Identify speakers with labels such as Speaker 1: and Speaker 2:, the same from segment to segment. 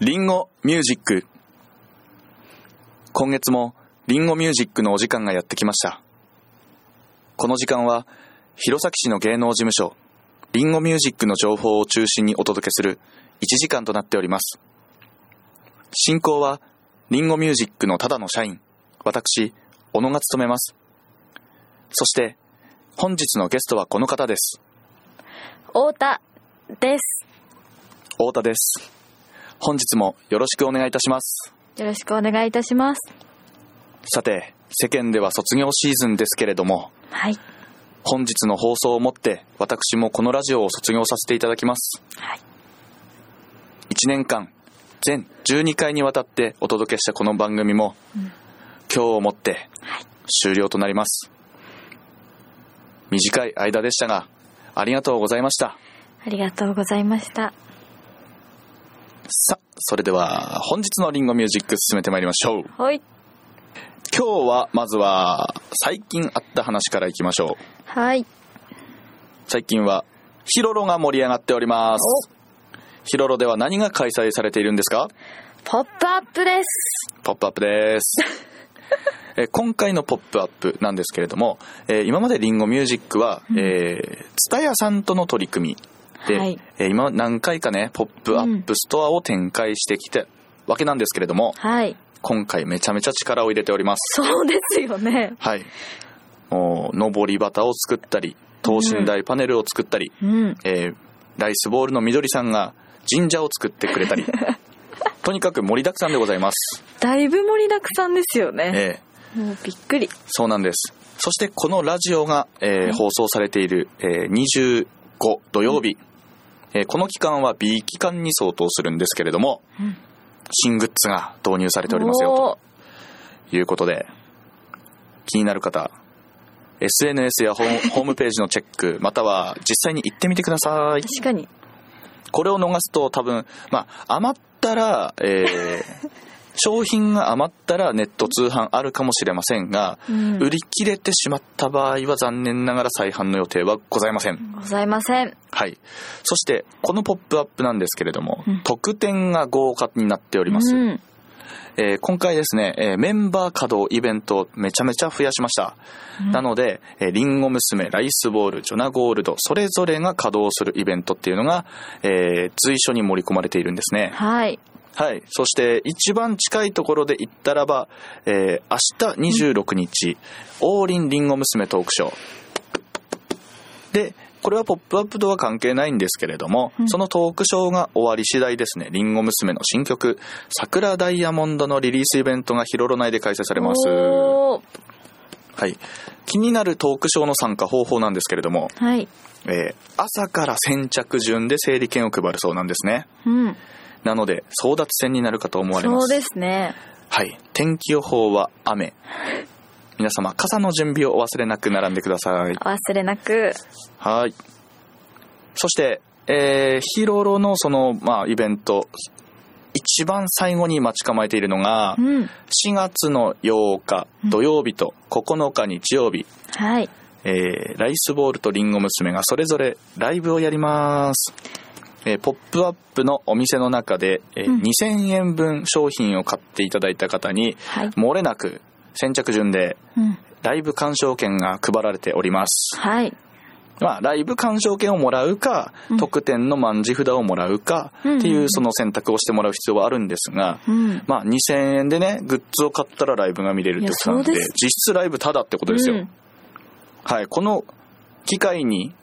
Speaker 1: リンゴミュージック。今月もリンゴミュージックのお時間がやってきました。この時間は弘前市の芸能事務所リンゴミュージックの情報を中心にお届けする1時間となっております。進行はリンゴミュージックのただの社員、私、小野が務めます。そして本日のゲストはこの方です。
Speaker 2: 太田です。
Speaker 1: 太田です。本日もよろしくお願いいたします。
Speaker 2: よろしくお願いいたします。
Speaker 1: さて、世間では卒業シーズンですけれども、
Speaker 2: はい。
Speaker 1: 本日の放送をもって、私もこのラジオを卒業させていただきます。
Speaker 2: はい。
Speaker 1: 1年間、全12回にわたってお届けしたこの番組も、
Speaker 2: うん
Speaker 1: 今日をもって終了となります。短い間でしたが、ありがとうございました。
Speaker 2: ありがとうございました。
Speaker 1: さあ、それでは本日のリンゴミュージック進めてまいりましょう。
Speaker 2: はい。
Speaker 1: 今日は、まずは、最近あった話からいきましょう。
Speaker 2: はい。
Speaker 1: 最近はヒロロが盛り上がっておりますヒロロでは何が開催されているんですか
Speaker 2: ポップアップです。
Speaker 1: ポップアップです えー今回のポップアップなんですけれども、えー今までリンゴミュージックは、
Speaker 2: うん
Speaker 1: えー、蔦屋さんとの取り組みで、
Speaker 2: はい
Speaker 1: えー今何回かねポップアップストアを展開してきたわけなんですけれども、
Speaker 2: はい。
Speaker 1: 今回めちゃめちゃ力を入れております
Speaker 2: そうですよね。
Speaker 1: はいもう上り旗を作ったり等身大パネルを作ったり、
Speaker 2: うん。
Speaker 1: えーライスボールのみどりさんが神社を作ってくれ たりとにかく盛りだくさんでございます、
Speaker 2: だいぶ盛りだくさんですよね。
Speaker 1: えー
Speaker 2: もうびっくり。
Speaker 1: そうなんですそしてこのラジオが、えー
Speaker 2: はい
Speaker 1: 放送されている、えー25土曜日、えーこの期間は B 期間に相当するんですけれども、
Speaker 2: うん
Speaker 1: 新グッズが導入されておりますよと
Speaker 2: おー
Speaker 1: いうことで気になる方 SNS やホームホームページのチェックまたは実際に行ってみてください
Speaker 2: 確かに。
Speaker 1: これを逃すと多分、まあ、余ったら、えー 商品が余ったらネット通販あるかもしれませんが、
Speaker 2: うん。
Speaker 1: 売り切れてしまった場合は残念ながら再販の予定はございません。
Speaker 2: ございません。
Speaker 1: はい。そして、このポップアップなんですけれども、
Speaker 2: うん
Speaker 1: 特典が豪華になっております。
Speaker 2: うん。
Speaker 1: えー今回ですね、えーメンバー稼働イベントをめちゃめちゃ増やしました。なので、えーリンゴ娘、ライスボール、ジョナゴールド、それぞれが稼働するイベントっていうのが、えー随所に盛り込まれているんですね。
Speaker 2: はい。
Speaker 1: はい。そして、一番近いところで言ったらば、えー明日26日、王林リンゴ娘トークショー。で、これはポップアップとは関係ないんですけれども、
Speaker 2: うん
Speaker 1: そのトークショーが終わり次第ですね、リンゴ娘の新曲、桜ダイヤモンドのリリースイベントがヒロロ内で開催されます。は
Speaker 2: おー
Speaker 1: い。気になるトークショーの参加方法なんですけれども、
Speaker 2: はい。
Speaker 1: えー朝から先着順で整理券を配るそうなんですね。
Speaker 2: うん。
Speaker 1: なので、争奪戦になるかと思われま
Speaker 2: そう
Speaker 1: す。
Speaker 2: ですね。
Speaker 1: はい。天気予報は雨。皆様、傘の準備をお忘れなく並んでください。
Speaker 2: お忘れなく。
Speaker 1: はい。そして、えー、ヒロロのその、まあ、イベント、一番最後に待ち構えているのが
Speaker 2: う、ん。
Speaker 1: 4月の8日
Speaker 2: うん
Speaker 1: 土曜日と9日日曜日、
Speaker 2: はい。
Speaker 1: えーライスボールとリンゴ娘がそれぞれライブをやります。えーポップアップのお店の中で、えー
Speaker 2: うん
Speaker 1: 2000円分商品を買っていただいた方に、
Speaker 2: はい。
Speaker 1: 漏れなく先着順で
Speaker 2: うん。
Speaker 1: ライブ鑑賞券が配られております。
Speaker 2: はい。
Speaker 1: まあ、ライブ鑑賞券をもらうか、
Speaker 2: うん
Speaker 1: 特典の万字札をもらうか、
Speaker 2: うんうんうん
Speaker 1: っていうその選択をしてもらう必要はあるんですが、
Speaker 2: うん。
Speaker 1: まあ、2000円でね、グッズを買ったらライブが見れるってことなんで、
Speaker 2: いやそうで
Speaker 1: 実
Speaker 2: す
Speaker 1: 質ライブタダってことですよ。
Speaker 2: うん
Speaker 1: はい、この機会に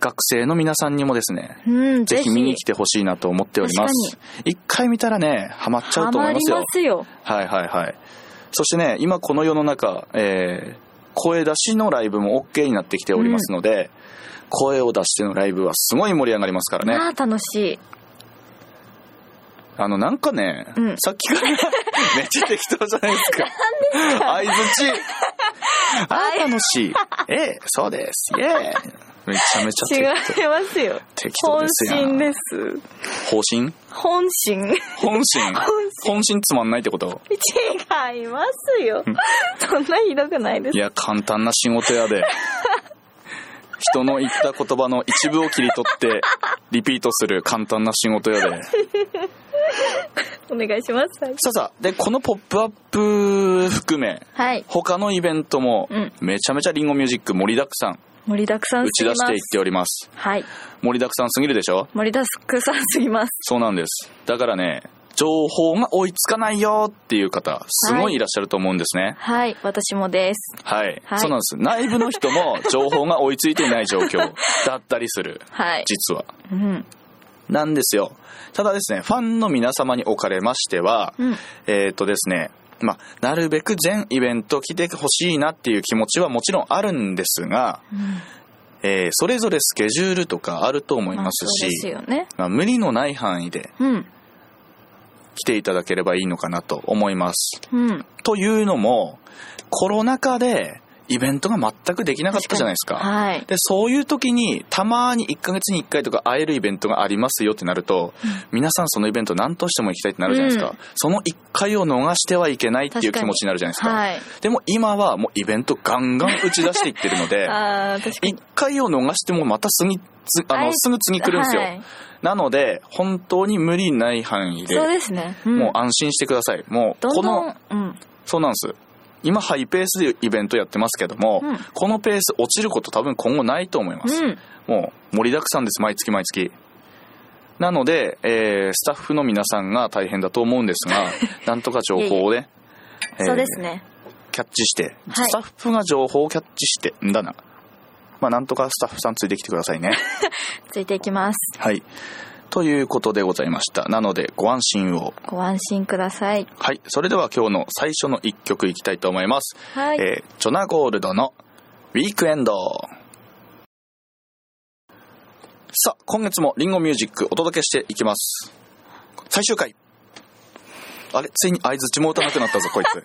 Speaker 1: 学生の皆さんにもですね、
Speaker 2: うん、
Speaker 1: ぜひ見に来てほしいなと思っております。一回見たらね、ハマっちゃうと思いますよ
Speaker 2: ハマりま。すよ。
Speaker 1: はいはいはい。そしてね、今この世の中、えー声出しのライブも OK になってきておりますので、声を出してのライブはすごい盛り上がりますからね。
Speaker 2: ああ、楽しい。
Speaker 1: あの、なんかね、
Speaker 2: うん
Speaker 1: さっきから めっちゃ適当じゃないですか。相づ ち。あー楽しい。 ええ、そうです。イエーイ。めちゃめち
Speaker 2: 違い
Speaker 1: ゃ
Speaker 2: ますよ。
Speaker 1: 適当
Speaker 2: 本
Speaker 1: ですやん。。
Speaker 2: 心ですす。
Speaker 1: 方針
Speaker 2: 本心。
Speaker 1: 本心
Speaker 2: 本
Speaker 1: 本心つまんないってこと
Speaker 2: 心。違いますよ。そんなひどくないで
Speaker 1: い
Speaker 2: す。
Speaker 1: や、簡単な仕事やで。人の言った言葉の一部を切り取って、リピートする簡単な仕事やで。
Speaker 2: お願いします。はい。
Speaker 1: さあさあ、で、このポップアップ含め、
Speaker 2: はい。
Speaker 1: 他のイベントも
Speaker 2: うん、
Speaker 1: めちゃめちゃリンゴミュージック盛りだくさん、
Speaker 2: 盛りだくさん
Speaker 1: 打
Speaker 2: す
Speaker 1: ち
Speaker 2: ぎ
Speaker 1: 出
Speaker 2: ま
Speaker 1: していっ
Speaker 2: す。
Speaker 1: ております。
Speaker 2: はい。
Speaker 1: 盛りだくさんすぎるでしょ
Speaker 2: 盛りだくさんすぎます。
Speaker 1: そうなんです。だからね、情報が追いつかないよっていう方、すごいいらっしゃると思うんですね。
Speaker 2: はい。私もです。
Speaker 1: はい。
Speaker 2: はい
Speaker 1: そうなんです。内部の人も情報が追いついていない状況だったりする。
Speaker 2: はい。
Speaker 1: 実は。
Speaker 2: うん。
Speaker 1: なんですよ。ただですね、ファンの皆様におかれましては、
Speaker 2: うん。
Speaker 1: えっ、とですね、まあ、なるべく全イベント来てほしいなっていう気持ちはもちろんあるんですが、えーそれぞれスケジュールとかあると思い
Speaker 2: ま
Speaker 1: ま
Speaker 2: あ
Speaker 1: す
Speaker 2: そうです
Speaker 1: し、
Speaker 2: よね。
Speaker 1: まあ、無理のない範囲で
Speaker 2: うん。
Speaker 1: 来ていただければいいのかなと思います。
Speaker 2: うん。
Speaker 1: というのも、コロナ禍でイベントが全くできなかったじゃないですか。
Speaker 2: はい。
Speaker 1: で、そういう時に、たまに1ヶ月に1回とか会えるイベントがありますよってなると、皆さんそのイベント何としても行きたいってなるじゃないですか。
Speaker 2: うん
Speaker 1: その1回を逃してはいけないっていう
Speaker 2: 確か
Speaker 1: 気
Speaker 2: に
Speaker 1: 持ちになるじゃないですか。
Speaker 2: はい。
Speaker 1: でも今はもうイベントガンガン打ち出していってるので、
Speaker 2: ああ、確かに
Speaker 1: 1。回を逃してもまた次、つあ
Speaker 2: は
Speaker 1: の、
Speaker 2: い
Speaker 1: すぐ次来るんですよ。
Speaker 2: はい
Speaker 1: なので、本当に無理ない範囲で
Speaker 2: そう、ですね。うん
Speaker 1: もう安心してください。もう、
Speaker 2: どん
Speaker 1: こ
Speaker 2: ど
Speaker 1: の、
Speaker 2: ん、うん。
Speaker 1: そうなんです。今ハイペースでイベントやってますけども、
Speaker 2: うん
Speaker 1: このペース落ちること多分今後ないと思います。
Speaker 2: うん。
Speaker 1: もう盛りだくさんです、毎月毎月。なので、えースタッフの皆さんが大変だと思うんです が、なんとか情報をね、えー
Speaker 2: そうですね。
Speaker 1: キャッチして、
Speaker 2: はい
Speaker 1: スタッフが情報をキャッチして、んだな。まあ、なんとかスタッフさんついてきてくだ さいね。
Speaker 2: ついていきます。
Speaker 1: はい。ということでございました。なので、ご安心を。
Speaker 2: ご安心ください。
Speaker 1: はい。それでは今日の最初の一曲いきたいと思います。
Speaker 2: はい。
Speaker 1: えージョナ・ゴールドのウィークエンド。さあ、今月もリンゴミュージックお届けしていきます。最終回。あれ、ついに合図ちも打たなくなったぞ、こ いつ。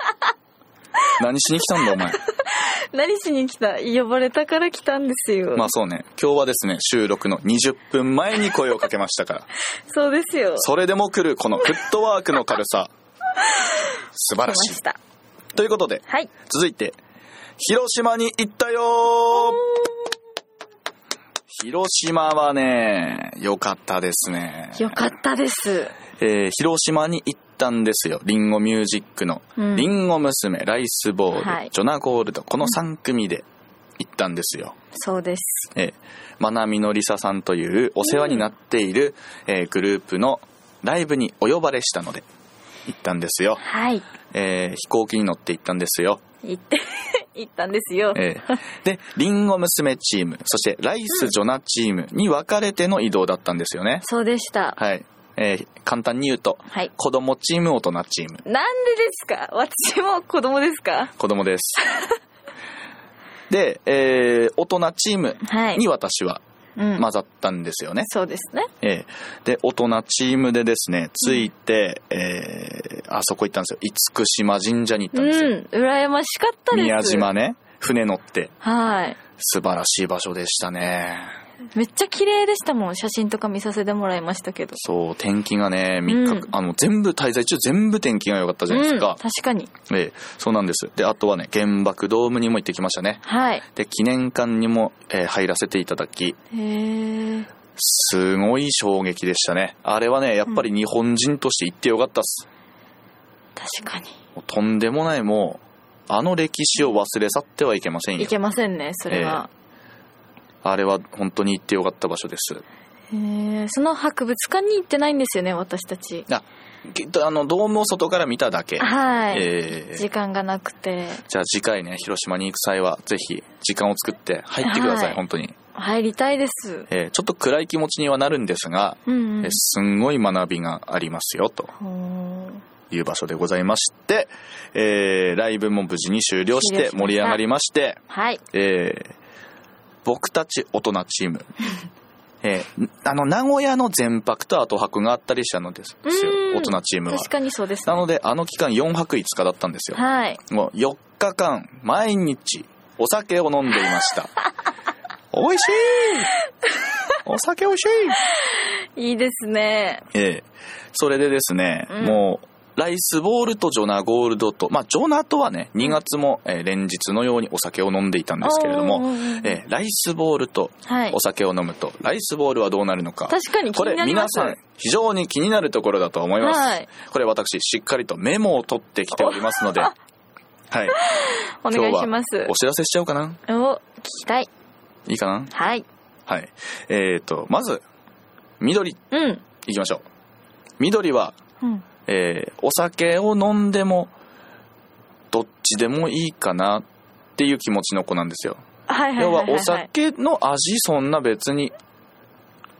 Speaker 1: 何しに来たんだ、お前。
Speaker 2: 何しに来た呼ばれたから来たんですよ。
Speaker 1: まあそうね、今日はですね、収録の20分前に声をかけましたから、
Speaker 2: そうですよ。
Speaker 1: それでも来るこのフットワークの軽さ。素晴
Speaker 2: 来
Speaker 1: ら
Speaker 2: ま
Speaker 1: し
Speaker 2: し
Speaker 1: い。
Speaker 2: た。
Speaker 1: ということで、
Speaker 2: はい。
Speaker 1: 続いて、広島に行ったよ広島はね、良かったですね。
Speaker 2: よかったです。
Speaker 1: えー広島に行ったんですよ。リンゴミュージックの、
Speaker 2: うん
Speaker 1: リンゴ娘、ライスボール、
Speaker 2: はい
Speaker 1: ジョナゴールド、この3組で行ったんですよ。
Speaker 2: そうです。
Speaker 1: えー、まなみのりささんというお世話になっている、えーグループのライブにお呼ばれしたので行ったんですよ。
Speaker 2: はい。
Speaker 1: えー飛行機に乗って行ったんですよ。
Speaker 2: 行って、 行ったんですよ。
Speaker 1: えーで、りんご娘チーム、そしてライスジョナチームに分かれての移動だったんですよね。
Speaker 2: そうでした。
Speaker 1: はい。えー簡単に言うと、
Speaker 2: はい。
Speaker 1: 子供チーム、大人チーム。
Speaker 2: なんでですか私も子供ですか
Speaker 1: 子供です。 で、えー大人チーム
Speaker 2: はい。
Speaker 1: に私は
Speaker 2: うん。
Speaker 1: 混ざったんですよね。
Speaker 2: そうですね。
Speaker 1: えーで、大人チームでですね、ついて、えーあそこ行ったんですよ。厳島神社に行っ
Speaker 2: う
Speaker 1: たんですよ。
Speaker 2: ん。羨ましかったです。
Speaker 1: 宮島ね、船乗って、
Speaker 2: はい。
Speaker 1: 素晴らしい場所でしたね。
Speaker 2: めっちゃ綺麗でしたもん。写真とか見させてもらいましたけど。
Speaker 1: そう、天気がね、三日、
Speaker 2: うん
Speaker 1: あの、全部滞在中、全部天気が良かったじゃないで
Speaker 2: う
Speaker 1: す
Speaker 2: ん。
Speaker 1: か
Speaker 2: 確。かに。
Speaker 1: ええそうなんです。で、あとはね、原爆ドームにも行ってきましたね。
Speaker 2: はい。
Speaker 1: で、記念館にも、えー入らせていただき、
Speaker 2: へー。
Speaker 1: すごい衝撃でしたね。あれはね、やっぱり日本人として行ってよかったっす。
Speaker 2: 確かに。
Speaker 1: もうとんでもない、もう、あの歴史を忘れ去ってはいけません
Speaker 2: い
Speaker 1: よ。
Speaker 2: けませんね、それは。
Speaker 1: あれは本当に行ってよかった場所です。
Speaker 2: へーその博物館に行ってないんですよね、私たち。
Speaker 1: きっとあの、ドームを外から見ただけ。
Speaker 2: はい。
Speaker 1: ええ
Speaker 2: 時間がなくて、
Speaker 1: じゃあ次回ね、広島に行く際は、ぜひ時間を作って入ってください、
Speaker 2: はい
Speaker 1: 本当に、
Speaker 2: 入りたいです。
Speaker 1: えーちょっと暗い気持ちにはなるんですが、
Speaker 2: うん、
Speaker 1: え
Speaker 2: う
Speaker 1: ー
Speaker 2: ん。
Speaker 1: すんごい学びがありますよ、と
Speaker 2: ほー
Speaker 1: いう場所でございまして、えーライブも無事に終了し
Speaker 2: 終
Speaker 1: て
Speaker 2: 了しました
Speaker 1: 盛り上がりまして、
Speaker 2: はい。
Speaker 1: えー僕たち大人チー ム、えーあの、名古屋の全泊と後泊があったりしたのですですよ
Speaker 2: う、ん
Speaker 1: 大人チームは
Speaker 2: 確。かにそうです
Speaker 1: な
Speaker 2: ね。
Speaker 1: ので、あの期間4泊5日だったんですよ。
Speaker 2: はい。
Speaker 1: もう4日間毎日お酒を飲んでいま した。美味しいお酒美味しい
Speaker 2: いいですね。
Speaker 1: ええそれでですね、
Speaker 2: うん
Speaker 1: もう、ライスボールとジョナゴールドと、まあ、ジョナとはね、2月も、えー連日のようにお酒を飲んでいたんですけれども、
Speaker 2: おー
Speaker 1: えーライスボールと
Speaker 2: はい
Speaker 1: お。酒を飲むと、ライスボールはどうなるのか。
Speaker 2: 確かに気
Speaker 1: こ
Speaker 2: に
Speaker 1: れ
Speaker 2: なり
Speaker 1: 皆
Speaker 2: ます。
Speaker 1: さん非常に気になるところだと思います。
Speaker 2: はい
Speaker 1: これ私しっかりとメモを取ってきております ので、はい。
Speaker 2: お願いします。
Speaker 1: お知らせしちゃおうかな
Speaker 2: お、聞きたい。
Speaker 1: いいかな
Speaker 2: はい。
Speaker 1: はい。えっ、ー、と、まず、緑、
Speaker 2: うん。
Speaker 1: いきましょう。緑は、
Speaker 2: うん。
Speaker 1: えーお酒を飲んでも、どっちでもいいかなっていう気持ちの子なんですよ。
Speaker 2: はいはい
Speaker 1: 要
Speaker 2: はい、
Speaker 1: は、
Speaker 2: はい。
Speaker 1: お酒の味、そんな別に、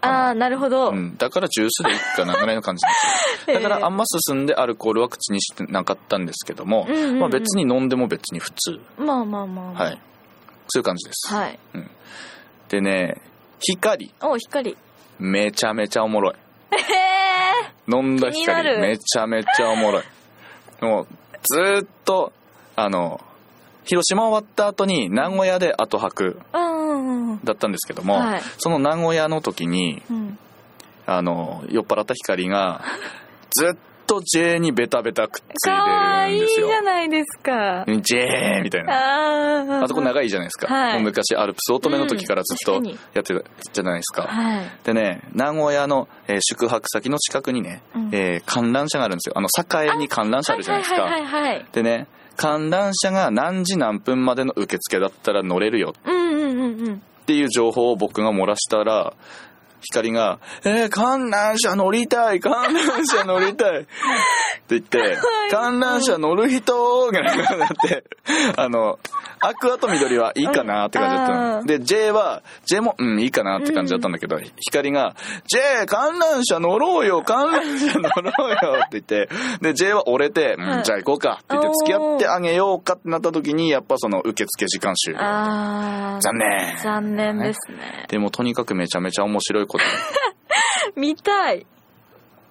Speaker 2: ああ、なるほど。
Speaker 1: うん、だからジュースでいいかなぐらいの感じなんです
Speaker 2: え
Speaker 1: よ
Speaker 2: ー
Speaker 1: だから、あんま進んでアルコールは口にしてなかったんですけども、
Speaker 2: うんうんうん
Speaker 1: まあ、別に飲んでも別に普通。
Speaker 2: まあまあまあ。
Speaker 1: はい。そういう感じです。
Speaker 2: はい。
Speaker 1: でね、光、
Speaker 2: お、光。
Speaker 1: めちゃめちゃおもろい。
Speaker 2: ええ
Speaker 1: 飲んだ
Speaker 2: 気にな
Speaker 1: 光
Speaker 2: る
Speaker 1: めちゃめちゃおもろいもうずーっとあの広島終わった後に名古屋で後泊
Speaker 2: ー。うんうんうん。
Speaker 1: だったんですけども、
Speaker 2: はい
Speaker 1: その名古屋の時に
Speaker 2: うん。
Speaker 1: あの酔っ払った光がずっと J にベタベタくっつ
Speaker 2: かわ
Speaker 1: い
Speaker 2: い
Speaker 1: てるん
Speaker 2: い
Speaker 1: です
Speaker 2: じ
Speaker 1: よ
Speaker 2: ゃないですか。
Speaker 1: J みたいな
Speaker 2: ああ。
Speaker 1: あそこ長いじゃないですか、
Speaker 2: はい
Speaker 1: もう昔アルプス乙女の時からずっと
Speaker 2: うん確か
Speaker 1: やってたじゃないですか、
Speaker 2: はい。
Speaker 1: でね、名古屋の、えー宿泊先の近くにね、
Speaker 2: うん
Speaker 1: えー観覧車があるんですよ。あの、栄に観覧車あるじゃないです
Speaker 2: は
Speaker 1: か。
Speaker 2: いはいはいはい。
Speaker 1: でね、観覧車が何時何分までの受付だったら乗れるよ
Speaker 2: うんうんうんうん。
Speaker 1: っていう情報を僕が漏らしたら、光が、えー、観覧車乗りたい観覧車乗り たいって言って、観覧車乗る人ぐらいになって、あの、アクアと緑はいいかなって感じだった
Speaker 2: うんあ
Speaker 1: の。
Speaker 2: ー
Speaker 1: で、J は、J も、うん、いいかなって感じだったんだけど、光が、J、観覧車乗ろうよ観覧車乗ろうよって言って、で、J は折れて、うん
Speaker 2: はい
Speaker 1: じゃあ行こうかって言って、付き合ってあげようかってなった時に、やっぱその受付時間終了。
Speaker 2: ああ。
Speaker 1: 残念
Speaker 2: 残念ですね。
Speaker 1: でもとにかくめちゃめちゃ面白いこと。
Speaker 2: 見たい。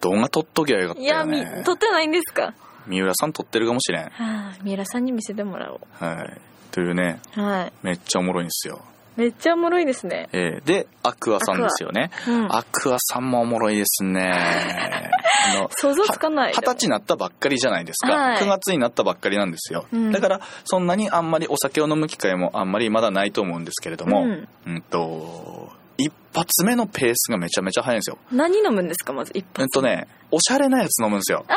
Speaker 1: 動画撮っときゃよかった
Speaker 2: いや、
Speaker 1: よ
Speaker 2: み
Speaker 1: ね。
Speaker 2: 撮ってないんですか
Speaker 1: 三浦さん撮ってるかもしれん。
Speaker 2: はあ、三浦さんに見せてもらおう。
Speaker 1: はい。というね、
Speaker 2: はい。
Speaker 1: めっちゃおもろいんですよ。
Speaker 2: めっちゃおもろいですね。
Speaker 1: えーで、アクアさんですよね。
Speaker 2: うん。
Speaker 1: アクアさんもおもろいです ね。あの
Speaker 2: 想像つかない。
Speaker 1: 二十歳になったばっかりじゃないですか、
Speaker 2: はい
Speaker 1: 9月になったばっかりなんですよ、
Speaker 2: うん
Speaker 1: だからそんなにあんまりお酒を飲む機会もあんまりまだないと思うんですけれども、
Speaker 2: うん
Speaker 1: うんと一発目のペースがめちゃめちゃ早いんですよ
Speaker 2: 何飲むんですかまず一発。
Speaker 1: うんとねおしゃれなやつ飲むんですよ
Speaker 2: ああ、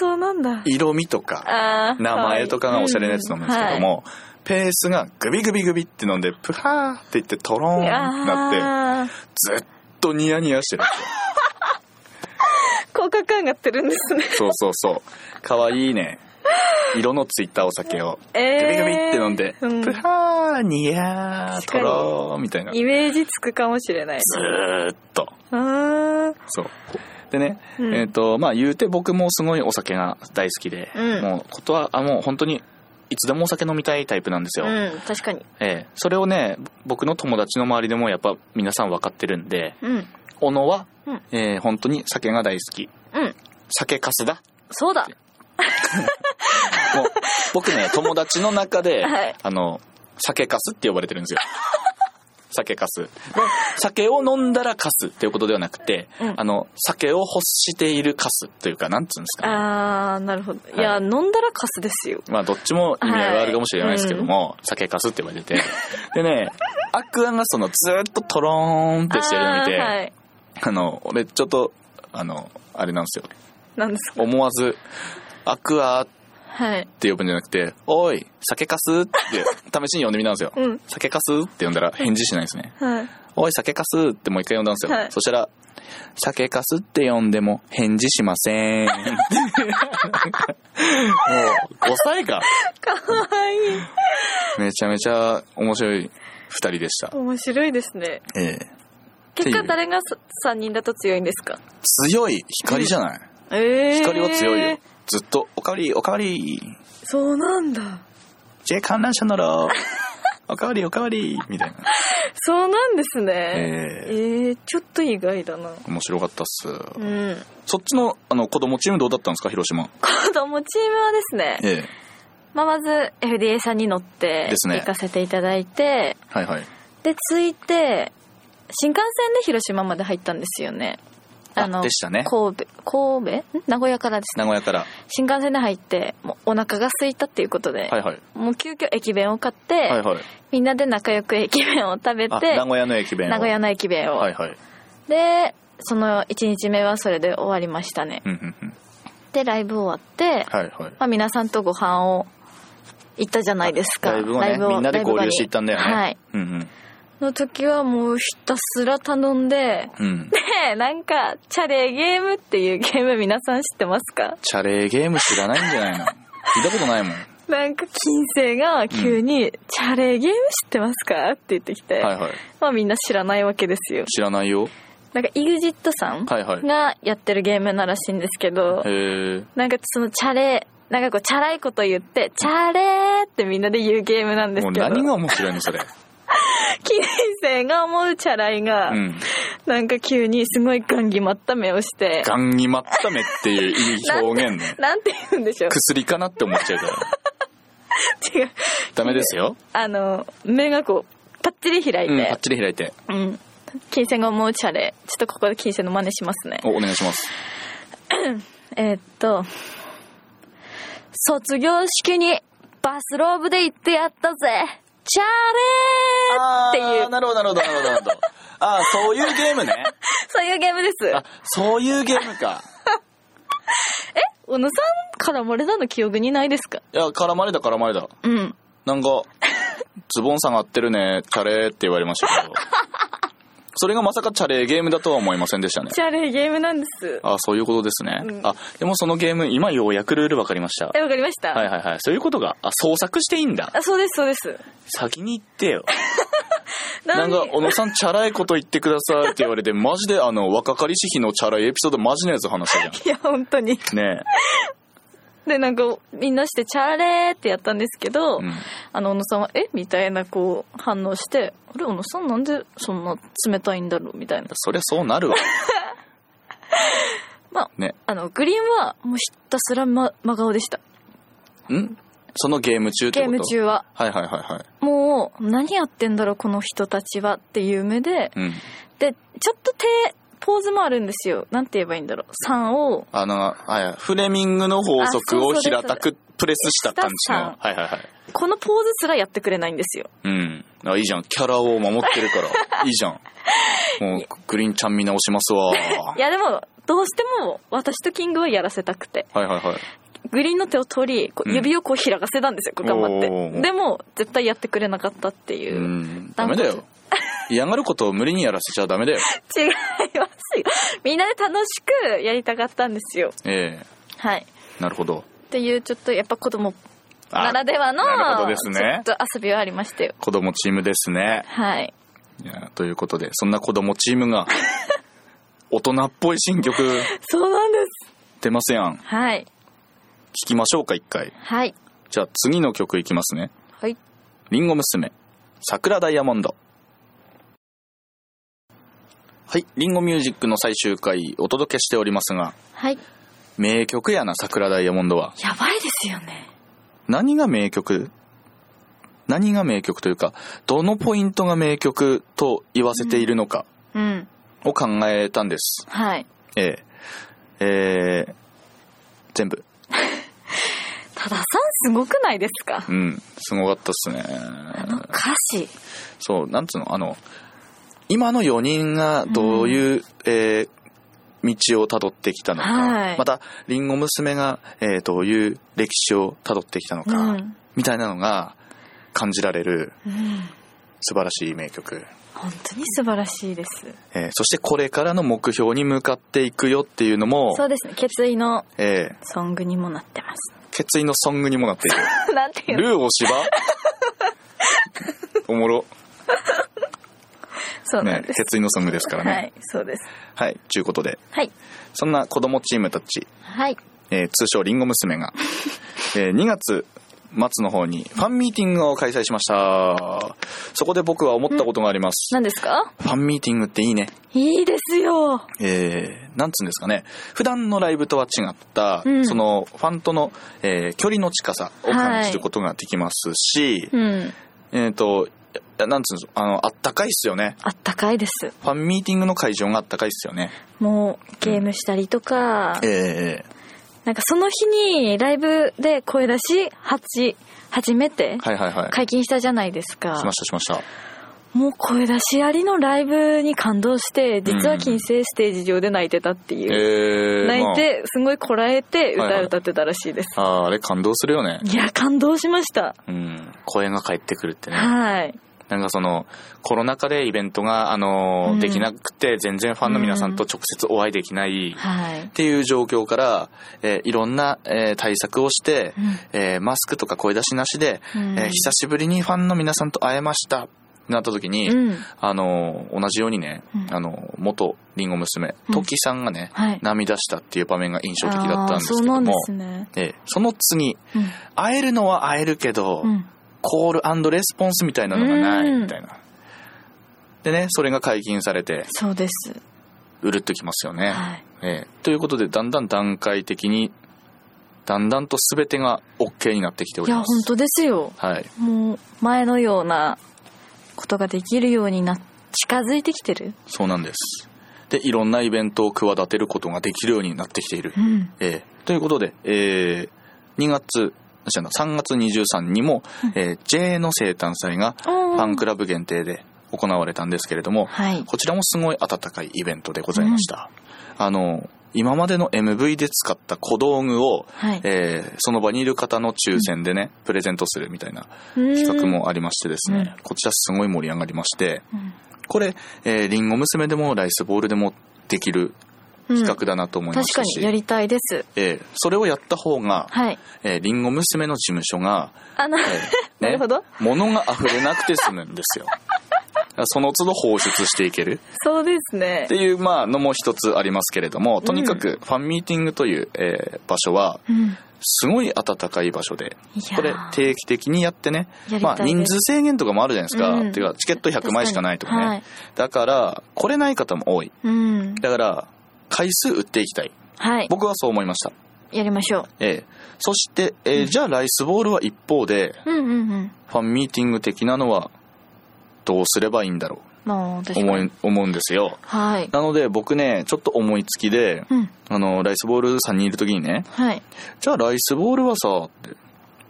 Speaker 2: そうなんだ。
Speaker 1: 色味とか
Speaker 2: ああ。
Speaker 1: 名前とかがおしゃれなやつ飲むんですけども、ペースがグビグビグビって飲んで、プハーって言ってトローンっ
Speaker 2: はい。
Speaker 1: てなって、
Speaker 2: ああ。
Speaker 1: ずっとニヤニヤしてるんですよ。
Speaker 2: 効果感がってるんですね。
Speaker 1: そうそうそう。かわいいね。色のついたお酒を、
Speaker 2: え
Speaker 1: グ
Speaker 2: え
Speaker 1: ビグビって飲んで、
Speaker 2: うん
Speaker 1: プハー、ニヤー、トローみたいな。ず
Speaker 2: イメージつくかもしれない。
Speaker 1: ーっと。
Speaker 2: あー
Speaker 1: そう。でね、
Speaker 2: うん
Speaker 1: えっ、と、まあ言うて僕もすごいお酒が大好きで、
Speaker 2: うん
Speaker 1: もうことは、あ、もう本当に、いつでもお酒飲みたいタイプなんですよ。
Speaker 2: うん、確かに。
Speaker 1: ええ、それをね僕の友達の周りでもやっぱ皆さん分かってるんで
Speaker 2: うん。
Speaker 1: 小野は、
Speaker 2: うん
Speaker 1: ええ本当に酒が大好き
Speaker 2: うん。
Speaker 1: 酒かすだ
Speaker 2: そうだ。
Speaker 1: もう 僕ね友達の中で、
Speaker 2: はい
Speaker 1: あの酒かすって呼ばれてるん ですよ酒かすで酒を飲んだらかすっていうことではなくて、
Speaker 2: うん
Speaker 1: あの酒を欲しているかすというかなんつうんですかね
Speaker 2: ああ、なるほど。いや、
Speaker 1: は
Speaker 2: 飲んだらカスですよ。
Speaker 1: まあどっちも意味合いはあるかもしれないですけども、酒かすって呼ばれててでねアクアがそのずーっとトローンってしてるの見て、
Speaker 2: あーはい。
Speaker 1: あの、俺ちょっと、あの、あれなんですよ。
Speaker 2: なんですか
Speaker 1: 思わず、アクアっ
Speaker 2: はい。
Speaker 1: て呼ぶんじゃなくて、おい、酒かすって試しに呼んでみたんですよ。
Speaker 2: うん
Speaker 1: 酒かすって呼んだら返事しないですね。
Speaker 2: はい。
Speaker 1: おい、酒かすってもう一回呼んだんですよ。
Speaker 2: はい
Speaker 1: そしたら、酒かすって呼んでも返事しま せん。もう、5歳か。
Speaker 2: かわいい。
Speaker 1: めちゃめちゃ面白い二人でした。
Speaker 2: 面白いですね。
Speaker 1: ええ
Speaker 2: 結
Speaker 1: ってい
Speaker 2: 果
Speaker 1: う
Speaker 2: 誰が3人だと強いんですか
Speaker 1: 強い光じゃない、
Speaker 2: ええ
Speaker 1: 光は強いよ。ずっと、おかわり、おかわり。
Speaker 2: そうなんだ。
Speaker 1: じゃあ観覧車乗ろ う。おかわりおかわり。みたいな。
Speaker 2: そうなんですね。え
Speaker 1: ええ
Speaker 2: ー、ちょっと意外だな。
Speaker 1: 面白かったっす。
Speaker 2: うん。
Speaker 1: そっちのあの子供チームどうだったんですか、広島。
Speaker 2: 子供チームはですね、
Speaker 1: ええ
Speaker 2: まあ、まず FDA さんに乗って
Speaker 1: ですね
Speaker 2: 行かせていただいて、
Speaker 1: はいはい。
Speaker 2: で着いて新幹線で広島まで入ったんですよね
Speaker 1: あ
Speaker 2: あの
Speaker 1: でしたね
Speaker 2: 神戸神戸ん名古屋からです
Speaker 1: 名
Speaker 2: ね
Speaker 1: 古屋から。
Speaker 2: 新幹線で入ってもうお腹が空いたっていうことで、
Speaker 1: はいはい。
Speaker 2: もう急遽駅弁を買って、
Speaker 1: はいはい。
Speaker 2: みんなで仲良く駅弁を食べ
Speaker 1: あ、
Speaker 2: て
Speaker 1: 名古屋の駅弁を。
Speaker 2: 名古屋の駅弁を、
Speaker 1: はいはい。
Speaker 2: でその1日目はそれで終わりましたね
Speaker 1: うんうんうん。
Speaker 2: でライブ終わって、
Speaker 1: はいはい。
Speaker 2: まあ、皆さんとご飯を行ったじゃないですか
Speaker 1: ライブをね、みんなで交流していったんだよね。
Speaker 2: はい。
Speaker 1: うんうん。
Speaker 2: の時はもうひたすら頼んで
Speaker 1: うん。
Speaker 2: でなんかチャレゲームっていうゲーム皆さん知ってますか
Speaker 1: チャレーゲーム知らないんじゃ ないの聞いたことないもん。は
Speaker 2: なんか金星が急に、チャレゲーム知ってますか?」って言ってきて、
Speaker 1: いはい。
Speaker 2: まあみんな知らないわけですよ
Speaker 1: 知らないよ。
Speaker 2: なんか EXIT さん
Speaker 1: はいはい。
Speaker 2: がやってるゲームならしいんですけど、
Speaker 1: へー
Speaker 2: なんかそのチャレなんかこうチャラいこと言って「チャレー」ってみんなで言うゲームなんです
Speaker 1: もう
Speaker 2: けど
Speaker 1: 何 が面白いのそれ。
Speaker 2: 金星が思うチャラいが、
Speaker 1: うん。
Speaker 2: なんか急にすごいガン決まった目をして
Speaker 1: ガンにまっためっていういい表現ね。
Speaker 2: なんて言うんでしょう
Speaker 1: 薬かなって思っちゃうから。
Speaker 2: 違う
Speaker 1: ダメですよ。
Speaker 2: あの目がこうパッチリ開い
Speaker 1: うん、パッ
Speaker 2: て
Speaker 1: チリ開いて。
Speaker 2: うん、金星が思うチャレちょっとここで金星の真似しますね
Speaker 1: お、お願いします。
Speaker 2: えーっと卒業式にバスローブで行ってやったぜチャレーっていう
Speaker 1: なるほど、なるほど、なるほど、なるほど。あーそういうゲームね。
Speaker 2: そういうゲームです
Speaker 1: あ、そういうゲームか。
Speaker 2: 小野さんから漏れたの記憶にないですか
Speaker 1: いや、絡まれた、絡まれた。
Speaker 2: うん
Speaker 1: なんか、ズボン下がってるね、チャレーって言われましたけど。それがまさかチャレーゲームだとは思いませんでしたね。
Speaker 2: チャレーゲームなんです
Speaker 1: あそういうことですね。
Speaker 2: うん
Speaker 1: あ、でもそのゲーム、今ようやくルール分かりました。
Speaker 2: えわかりました、
Speaker 1: はいはいはい。そういうことが、あ、創作していいんだ。
Speaker 2: あそうですそうです
Speaker 1: 先に言ってよ。
Speaker 2: な
Speaker 1: なん
Speaker 2: に
Speaker 1: か、小野さん、チャラいこと言ってくださいって言われて、マジで、あの、若かりし日のチャラいエピソード、マジのやつ話したじ
Speaker 2: いや本当に
Speaker 1: ゃん。 ね
Speaker 2: でなんかみんなして「チャレー」ってやったんですけど、
Speaker 1: え。うん。
Speaker 2: あの小野さんは「えみたいなこう反応して「あれ小野さんなんでそんな冷たいんだろう」みたいな
Speaker 1: そりゃそうなるわ。
Speaker 2: まあ
Speaker 1: ね。
Speaker 2: あのグリーンはもうひたすら、ま、真顔でした
Speaker 1: んそのゲーム中って
Speaker 2: ゲ
Speaker 1: こ
Speaker 2: ー
Speaker 1: と
Speaker 2: ム中は
Speaker 1: はいはいはいはい。
Speaker 2: もう何やってんだろうこの人たちはっていう目で
Speaker 1: うん。
Speaker 2: でちょっと手ポーズもあるんですよなんて言えばいいんだろう3を
Speaker 1: あの、はい、フレミングの法則を
Speaker 2: あそうそうです
Speaker 1: 平たくプレスした感じの。
Speaker 2: ス
Speaker 1: はいはいはい。
Speaker 2: このポーズすらやってくれないんですよ
Speaker 1: うん。あ、いいじゃん。キャラを守ってる から。いいじゃん。もう、グリーンちゃん見直しますわ。はい
Speaker 2: いやでもどうしても私とキングはやらせたくて
Speaker 1: はいはい。
Speaker 2: グリーンの手を取りこう
Speaker 1: うん
Speaker 2: 指をこう開かせたんですよ、こう頑張
Speaker 1: お
Speaker 2: って
Speaker 1: ー
Speaker 2: でも絶対やってくれなかったっていうう、
Speaker 1: ん。ダメだよ。嫌がることを無理にやらせちゃダメだよ。
Speaker 2: 違いますよみんなで楽しくやりたかったんですよ
Speaker 1: ええ
Speaker 2: はい
Speaker 1: なるほど。
Speaker 2: っていうちょっとやっぱ子供
Speaker 1: あ
Speaker 2: ならではの
Speaker 1: なるほどですね
Speaker 2: ちょっと遊びはありましたよ
Speaker 1: 子供チームですね。
Speaker 2: はい
Speaker 1: いやということで、そんな子供チームが、大人っぽい新曲
Speaker 2: そうなんです
Speaker 1: 出ますやん。聴
Speaker 2: はい
Speaker 1: きましょうか、一回。
Speaker 2: はい
Speaker 1: じゃあ次の曲いきますね。
Speaker 2: はい
Speaker 1: リンゴ娘、桜ダイヤモンド。はい、リンゴミュージックの最終回お届けしておりますが、
Speaker 2: はい
Speaker 1: 名曲やな、桜ダイヤモンドは。
Speaker 2: やばいですよね
Speaker 1: 何が名曲何が名曲というか、どのポイントが名曲と言わせているのか
Speaker 2: うん
Speaker 1: を考えたんです。
Speaker 2: はい
Speaker 1: ええ。ええ全部。
Speaker 2: 多田さんすごくないですか
Speaker 1: うん、すごかったっすね。
Speaker 2: あの歌詞
Speaker 1: そう、なんつうの、あの、今の4人がどういう、えー道をたどってきたのか、
Speaker 2: はい
Speaker 1: また、りんご娘が、えーどういう歴史をたどってきたの
Speaker 2: う
Speaker 1: か、
Speaker 2: ん、
Speaker 1: みたいなのが感じられる
Speaker 2: うん、
Speaker 1: 素晴らしい名曲。
Speaker 2: 本当に素晴らしいです
Speaker 1: えーそしてこれからの目標に向かっていくよっていうのも
Speaker 2: そ、うですね決意の
Speaker 1: えー
Speaker 2: ソングにもなってま
Speaker 1: 決意のソングにもなっている。
Speaker 2: す なんていうの
Speaker 1: ルーを 芝おもろ。
Speaker 2: そうな
Speaker 1: ね、
Speaker 2: んです、
Speaker 1: 決意のソングですからね。
Speaker 2: は
Speaker 1: はい、
Speaker 2: いそうです
Speaker 1: はい、ちゅうことで、
Speaker 2: はい
Speaker 1: そんな子供チームたち、
Speaker 2: はい
Speaker 1: えー通称リンゴ娘 が、えー2月末の方にファンミーティングを開催しましたそこで僕は思ったことがあります、
Speaker 2: 何ですか
Speaker 1: ファンミーティングっていいね
Speaker 2: いいですよ
Speaker 1: えー、なんつうんですかね普段のライブとは違った、
Speaker 2: うん
Speaker 1: そのファンとの、えー距離の近さを感じることができますし、
Speaker 2: うん
Speaker 1: えっ、とやなんつうんですあの、あったかいっすよね。
Speaker 2: あったかいです
Speaker 1: ファンミーティングの会場があったかいっすよね。
Speaker 2: もうゲームしたりとか、
Speaker 1: えええ
Speaker 2: なんかその日にライブで声出し初初め
Speaker 1: え
Speaker 2: て
Speaker 1: はいはいはい。
Speaker 2: 解禁したじゃないですか、
Speaker 1: しましたしました。
Speaker 2: もう声出しありのライブに感動して実は金星ステージ上で泣いてたっていう、
Speaker 1: ええ
Speaker 2: 泣いてすごいこらえて
Speaker 1: はいは
Speaker 2: 歌
Speaker 1: い
Speaker 2: 歌ってたらしいです、
Speaker 1: まあ、あーあれ感動するよね。
Speaker 2: いや感動しました
Speaker 1: うん。声が返ってくるってね。
Speaker 2: はい
Speaker 1: なんかその、コロナ禍でイベントが、あのー
Speaker 2: うん
Speaker 1: できなくて、全然ファンの皆さんと直接お会いできない。
Speaker 2: はい
Speaker 1: っ、ていう状況から、えーいろんな、えー対策をして、えーマスクとか声出しなしで、
Speaker 2: うん
Speaker 1: えー久しぶりにファンの皆さんと会えましたってなった時に、
Speaker 2: うん
Speaker 1: あのー同じようにね、
Speaker 2: うん
Speaker 1: あの元りんご娘
Speaker 2: うん
Speaker 1: トキさんがね、
Speaker 2: はい
Speaker 1: 涙したっていう場面が印象的だったん
Speaker 2: あー
Speaker 1: です
Speaker 2: そう
Speaker 1: け
Speaker 2: な
Speaker 1: ど
Speaker 2: んで
Speaker 1: も
Speaker 2: すね、
Speaker 1: えーその次
Speaker 2: うん
Speaker 1: 会えるのは会えるけど、
Speaker 2: うん
Speaker 1: コールレスポンスみたいなのがない
Speaker 2: うん
Speaker 1: みたいな。でね、それが解禁されて、
Speaker 2: そうです、
Speaker 1: うるっときますよね。
Speaker 2: はい、
Speaker 1: ええということで、だんだん段階的に、だんだんと全てが OK になってきてお
Speaker 2: い
Speaker 1: り
Speaker 2: や
Speaker 1: ま
Speaker 2: 本
Speaker 1: す。
Speaker 2: 当ですよ
Speaker 1: はい。
Speaker 2: もう前のようなことができるようにな近づいてきてる
Speaker 1: そうなんです。で、いろんなイベントを企てることができるようになってきている。
Speaker 2: うん
Speaker 1: ええということで、えー、2月、違うな3月23にも、えー JA の生誕祭がファンクラブ限定で行われたんですけれども、
Speaker 2: はい
Speaker 1: こちらもすごい温かいイベントでございました。あの、今までの MV で使った小道具を、
Speaker 2: はい
Speaker 1: えーその場にいる方の抽選でね、プレゼントするみたいな
Speaker 2: 企
Speaker 1: 企画もありましてですね、こちらすごい盛り上がりまして、これ、えー、リンゴ娘でもライスボールでもできる企画だなと思いまし
Speaker 2: 確か
Speaker 1: たし、
Speaker 2: にやりたいです
Speaker 1: えーそれをやった方が、
Speaker 2: はい
Speaker 1: えー、リンゴ娘の事務所が、
Speaker 2: あの
Speaker 1: え
Speaker 2: なるほど
Speaker 1: 物が溢れなくて済むん ですよ。その都度放出していける。
Speaker 2: そうですね
Speaker 1: っていう、まあ、のも一つありますけれども、とにかくファンミーティングという、えー場所は、
Speaker 2: うん
Speaker 1: すごい暖かい場所で、
Speaker 2: いやー
Speaker 1: これ定期的にやってね、
Speaker 2: やり
Speaker 1: まあ
Speaker 2: たいです
Speaker 1: 人数制限とかもあるじゃないですか。
Speaker 2: うん
Speaker 1: てか、チケット100枚しかないとかね。
Speaker 2: はい
Speaker 1: だから、来れない方も多い。
Speaker 2: うん
Speaker 1: だから、回数売っていきたい。
Speaker 2: はい
Speaker 1: 僕はそう思いました。
Speaker 2: やりましょ
Speaker 1: ええそして、えーじゃあライスボールは一方で、
Speaker 2: ううんうんうん
Speaker 1: ファンミーティング的なのは、どうすればいいんだろ
Speaker 2: まあ確
Speaker 1: う
Speaker 2: か
Speaker 1: 思
Speaker 2: に
Speaker 1: い思うんですよ。
Speaker 2: はい
Speaker 1: なので僕ね、ちょっと思いつきで、
Speaker 2: うん
Speaker 1: あの、ライスボールさんにいる時にね、
Speaker 2: はい
Speaker 1: じゃあライスボールはさ、って、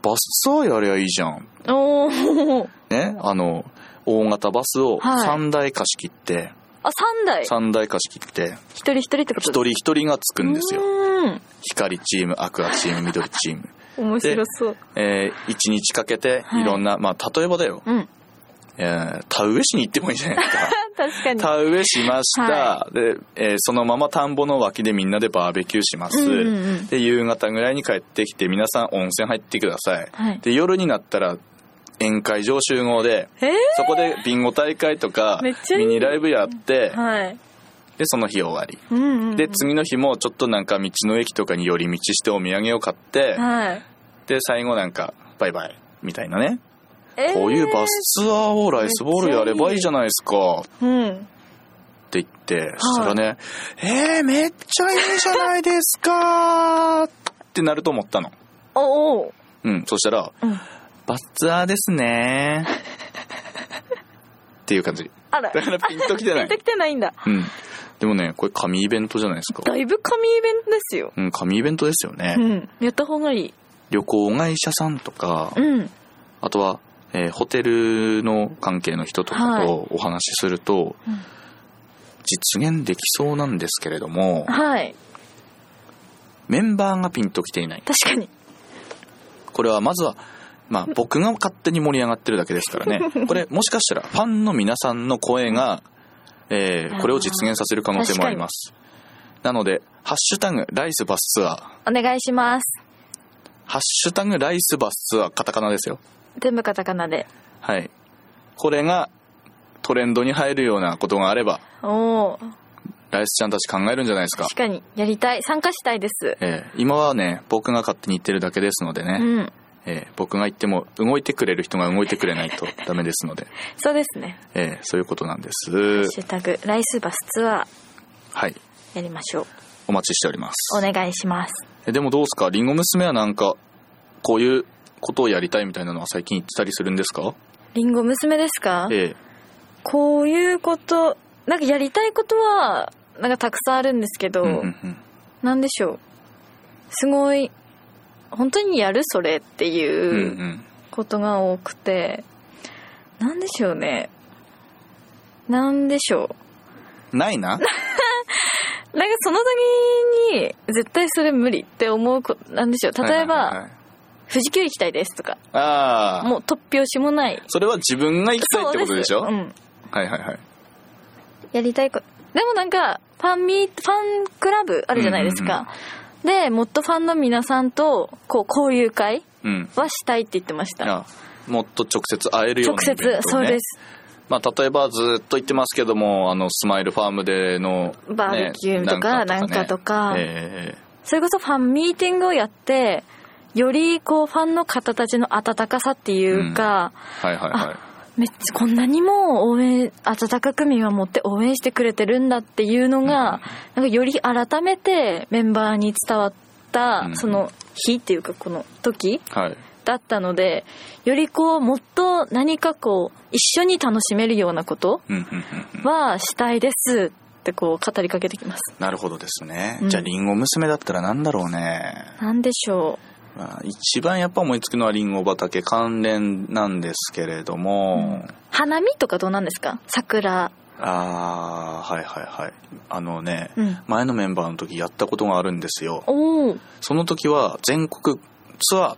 Speaker 1: バスツアーやりゃいいじゃん。
Speaker 2: おお
Speaker 1: ね、あの、大型バスを
Speaker 2: はい
Speaker 1: 3台貸し切って、
Speaker 2: あ三台一
Speaker 1: 3台貸し切って、
Speaker 2: 人一人ってこと
Speaker 1: 一人一人がつくんですよ。
Speaker 2: うん
Speaker 1: 光チーム、アクアチーム、緑チーム。
Speaker 2: 面白そう
Speaker 1: えー、1日かけて、
Speaker 2: はい
Speaker 1: いろんな、まあ、例えばだよ、
Speaker 2: うん
Speaker 1: えー、田植え市に行ってもいいじゃないですか。
Speaker 2: 確かに
Speaker 1: 田植えしました。
Speaker 2: は
Speaker 1: で、えーそのまま田んぼの脇でみんなでバーベキューします。
Speaker 2: うんうんうん
Speaker 1: で、夕方ぐらいに帰ってきて、皆さん温泉入ってください。
Speaker 2: はい
Speaker 1: で、夜になったら、宴会場集合で、
Speaker 2: え
Speaker 1: そこでビンゴ大会とか
Speaker 2: めっちゃいい
Speaker 1: ミニライブやって
Speaker 2: ー、はい
Speaker 1: でその日終わり
Speaker 2: うんうんうん
Speaker 1: で次の日もちょっとなんか道の駅とかに寄り道してお土産を買って
Speaker 2: はい
Speaker 1: で最後なんかバイバイみたいなね
Speaker 2: えー
Speaker 1: こういうバスツアーをライスボールやればいいじゃないですか
Speaker 2: うん
Speaker 1: って言ってそしたらね「えー、めっちゃいいじゃないですか」ってなると思ったの
Speaker 2: おお
Speaker 1: うんそしたら
Speaker 2: うん
Speaker 1: 「バスツアーです ね」っていう感じ
Speaker 2: あら
Speaker 1: だからピンときてな
Speaker 2: 出
Speaker 1: い
Speaker 2: てきてないんだ
Speaker 1: うん。でもね、これ神イベントじゃないですか。
Speaker 2: だいぶ神イベントですよ
Speaker 1: うん、神イベントですよね。
Speaker 2: うんやった方がいい
Speaker 1: 旅行会社さんとか、
Speaker 2: うん
Speaker 1: あとは、えーホテルの関係の人とか
Speaker 2: はい
Speaker 1: とお話しすると、
Speaker 2: うん
Speaker 1: 実現できそうなんですけれども、
Speaker 2: はい
Speaker 1: メンバーがピンときていない。
Speaker 2: 確かに
Speaker 1: これはまずは、まあ僕が勝手に盛り上がってるだけですから ね。これもしかしたらファンの皆さんの声が、えーこれを実現させる可能性もあります。なので、ハッシュタグ、ライスバスツアー。
Speaker 2: お願いします
Speaker 1: ハッシュタグライスバスツアーカタカナですよ。
Speaker 2: 全部カタカナで
Speaker 1: はい。これがトレンドに入るようなことがあれば、
Speaker 2: おお
Speaker 1: ライスちゃんたち考えるんじゃないですか。
Speaker 2: 確かにやりたい参加したいです
Speaker 1: えー今はね、僕が勝手に言ってるだけですので
Speaker 2: う
Speaker 1: ね、
Speaker 2: ん
Speaker 1: えー僕が言っても動いてくれる人が動いてくれないと ダメですので、
Speaker 2: そうですね
Speaker 1: えーそういうことなんで
Speaker 2: 「ハッ
Speaker 1: す
Speaker 2: シ。ュタグライスバスツアー
Speaker 1: はい。」
Speaker 2: やりましょう
Speaker 1: お待ちしております。
Speaker 2: お願いします
Speaker 1: えでもどうですかリンゴ娘はなんか、こういうことをやりたいみたいなのは最近言ってたりするんですか
Speaker 2: 「リンゴ娘ですか
Speaker 1: ええ
Speaker 2: こういうことなんかやりたいことはなんかたくさんあるんですけど、
Speaker 1: うんうんうん
Speaker 2: なんでしょうすごい本当にやるそれって
Speaker 1: うんう
Speaker 2: いうんことが多くて、なんでしょうねなんでしょ
Speaker 1: ないな
Speaker 2: うなんかその時に絶対それ無理って思うことなんでしょう例えば、
Speaker 1: はいはいはい
Speaker 2: 富士急行きたいですとか
Speaker 1: ああ
Speaker 2: もう突拍子もない
Speaker 1: それは自分が行きたいってことでしょ
Speaker 2: そうすうん
Speaker 1: はいはいはい
Speaker 2: やりたいことでもなんかファンミーファンクラブあるじゃないですか、でもっとファンの皆さんとこう交流会
Speaker 1: うん
Speaker 2: はしたいって言ってました
Speaker 1: あもっと直接会えるよう
Speaker 2: 直
Speaker 1: なイ
Speaker 2: 接、
Speaker 1: ベントをね
Speaker 2: そうです
Speaker 1: まあ、例えばずっと言ってますけどもあのスマイルファームでの、ね、
Speaker 2: バーベキューとかなんかとか、
Speaker 1: ねええ
Speaker 2: それこそファンミーティングをやってよりこうファンの方たちの温かさっていうか、
Speaker 1: はいはいはい
Speaker 2: めっちゃこんなにも応援温かく見守って応援してくれてるんだっていうのが、なんかより改めてメンバーに伝わった、
Speaker 1: うん
Speaker 2: その日っていうかこの時
Speaker 1: はい
Speaker 2: だったのでよりこうもっと何かこう一緒に楽しめるようなこと
Speaker 1: うんうんうんうん
Speaker 2: はしたいですってこう語りかけてきます
Speaker 1: なるほどですね、
Speaker 2: うん
Speaker 1: じゃありんご娘だったらなんだろうね、
Speaker 2: なんでしょ
Speaker 1: まあ、一番やっぱ思いつくのはりんご畑関連なんですけれども、
Speaker 2: う花見とかどうなんですか桜
Speaker 1: ああはいはいはいあのね、
Speaker 2: うん
Speaker 1: 前のメンバーの時やったことがあるんですよ
Speaker 2: おお
Speaker 1: その時は全国ツアー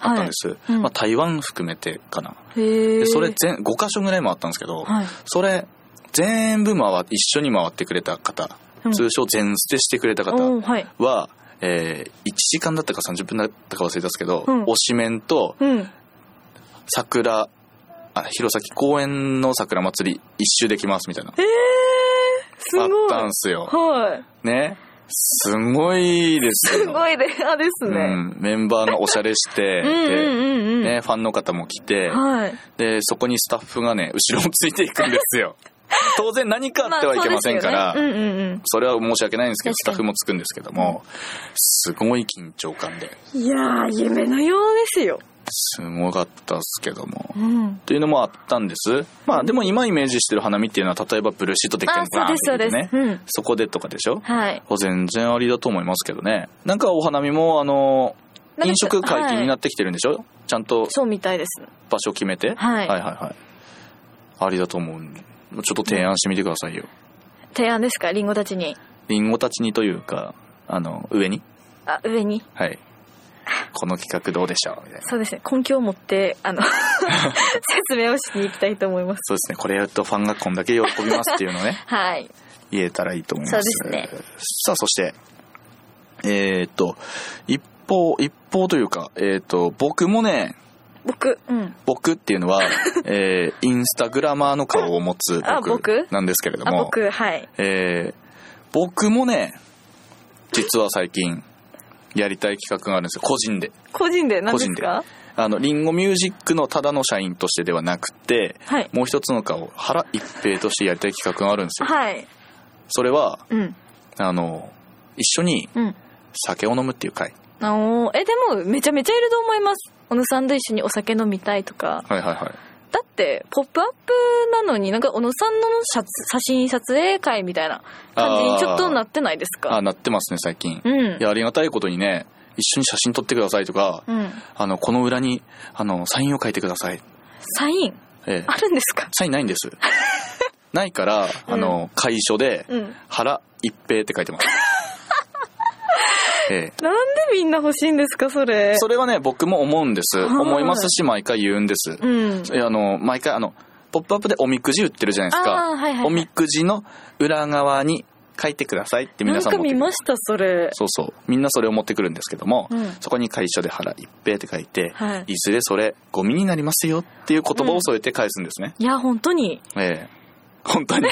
Speaker 1: あったんです、
Speaker 2: いうん
Speaker 1: まあ、台湾含めてかな
Speaker 2: へえ
Speaker 1: でそれ全5箇所ぐらいもあったんですけど、
Speaker 2: はい
Speaker 1: それ全部回っ一緒に回ってくれた方、
Speaker 2: うん
Speaker 1: 通称全捨てしてくれた
Speaker 2: お
Speaker 1: 方
Speaker 2: おはい
Speaker 1: は、え1時間だったか30分だったか忘れたんですけど、
Speaker 2: うん
Speaker 1: 推しメンと
Speaker 2: うん
Speaker 1: 桜あ弘前公園の桜祭り一周できますみたいな
Speaker 2: えー、すご
Speaker 1: あ
Speaker 2: い
Speaker 1: ったんすよ
Speaker 2: はい
Speaker 1: ねすごいですよ
Speaker 2: すごいレアです
Speaker 1: う
Speaker 2: ね。
Speaker 1: ん、メンバーがおしゃれして
Speaker 2: うんうんうんうん。
Speaker 1: でね、ファンの方も来て、
Speaker 2: はい。
Speaker 1: でそこにスタッフがね後ろをついていくんです よ当然何かあってはいけませんから、
Speaker 2: まあそうですよねうんうん
Speaker 1: それは申し訳ないんですけど、スタ
Speaker 2: 確かに
Speaker 1: ッフもつくんですけども、すごい緊張感で、
Speaker 2: うん。いやー、夢のようですよ。
Speaker 1: すごかったっすけども。
Speaker 2: うん。
Speaker 1: っていうのもあったんです。まあでも今イメージしてる花見っていうのは、例えばブルーシートでっか
Speaker 2: あ
Speaker 1: い、
Speaker 2: そう
Speaker 1: バーン
Speaker 2: で
Speaker 1: っ
Speaker 2: す、
Speaker 1: て
Speaker 2: そう
Speaker 1: 入れ
Speaker 2: で
Speaker 1: てね
Speaker 2: す。。うん。
Speaker 1: そこでとかでしょ
Speaker 2: はい。
Speaker 1: 全然ありだと思いますけどね。なんかお花見も、あの、
Speaker 2: なんか
Speaker 1: 飲食解禁にな
Speaker 2: はい
Speaker 1: ってきてるんでしょちゃんと
Speaker 2: そうみたいです。
Speaker 1: 場所決めて。
Speaker 2: はい
Speaker 1: はいはいはい。ありだと思うんで。ちょっと提案してみてくださいよ。
Speaker 2: 提案ですか、リンゴたちに。
Speaker 1: リンゴたちにというか、あの、上に。
Speaker 2: あ、上に。
Speaker 1: はい。この企画どうでしょうみたいな。
Speaker 2: そうですね。根拠を持って、あの、説明をしに行きたいと思います。、
Speaker 1: そうですね。これやるとファンがこんだけ喜びますっていうのをね
Speaker 2: はい。
Speaker 1: 言えたらいいと思います。
Speaker 2: そうです
Speaker 1: ね。さあ、そして、えーっと、一方、一方というか、えーっと、僕もね、
Speaker 2: 僕、うん。
Speaker 1: 僕っていうの は、えー、インスタグラマーの顔を持つ
Speaker 2: あ
Speaker 1: 僕
Speaker 2: 僕
Speaker 1: なんですけれど
Speaker 2: あ、
Speaker 1: も、
Speaker 2: 僕、はい。
Speaker 1: えー僕もね、実は最近、やりたい企画があるんですよ。個人で。
Speaker 2: 個人で何
Speaker 1: 個
Speaker 2: で
Speaker 1: 人
Speaker 2: す
Speaker 1: で
Speaker 2: か
Speaker 1: あの、リンゴミュージックのただの社員としてではなくて、
Speaker 2: はい。
Speaker 1: もう一つの顔、原一平としてやりたい企画があるんですよ。
Speaker 2: はい。
Speaker 1: それは、
Speaker 2: うん。
Speaker 1: あの、一緒に
Speaker 2: うん。
Speaker 1: 酒を飲むっていう会。
Speaker 2: あのーえでもめちゃめちゃいると思います小野さんと一緒にお酒飲みたいとか
Speaker 1: はいはいはい。
Speaker 2: だって「ポップアップなのになんか小野さんのシャツ写真撮影会みたいな感じにちょっとなってないです
Speaker 1: あー、
Speaker 2: か
Speaker 1: なってますね、最近。
Speaker 2: うん
Speaker 1: いや、ありがたいことにね、一緒に写真撮ってくださいとか、
Speaker 2: うん
Speaker 1: あの、この裏に、あの、サインを書いてください。
Speaker 2: サイン
Speaker 1: ええ
Speaker 2: あるんですか
Speaker 1: サインないん です。ないから、あの、会所で、
Speaker 2: うん
Speaker 1: 原一平って書いて ます。ええ
Speaker 2: なんでみんな欲しいんですかそれ
Speaker 1: それはね、僕も思うんです。
Speaker 2: はい
Speaker 1: 思いますし、毎回言うんです。
Speaker 2: うん
Speaker 1: いやあの、毎回、あの、ポップアップでおみくじ売ってるじゃないですか。
Speaker 2: あーはいはい
Speaker 1: おみくじの裏側に書いてくださいって
Speaker 2: な
Speaker 1: 皆
Speaker 2: ん
Speaker 1: さん
Speaker 2: か
Speaker 1: 持って
Speaker 2: 見
Speaker 1: くる
Speaker 2: ましたそれ
Speaker 1: そうそうみんなそれを持ってくるんですけども、
Speaker 2: うん
Speaker 1: そこに会社で原一平って書いて、
Speaker 2: はい
Speaker 1: い、ずれそれゴミになりますよっていう言葉を添えて返すんですね、
Speaker 2: いや本当に
Speaker 1: ええ本 当に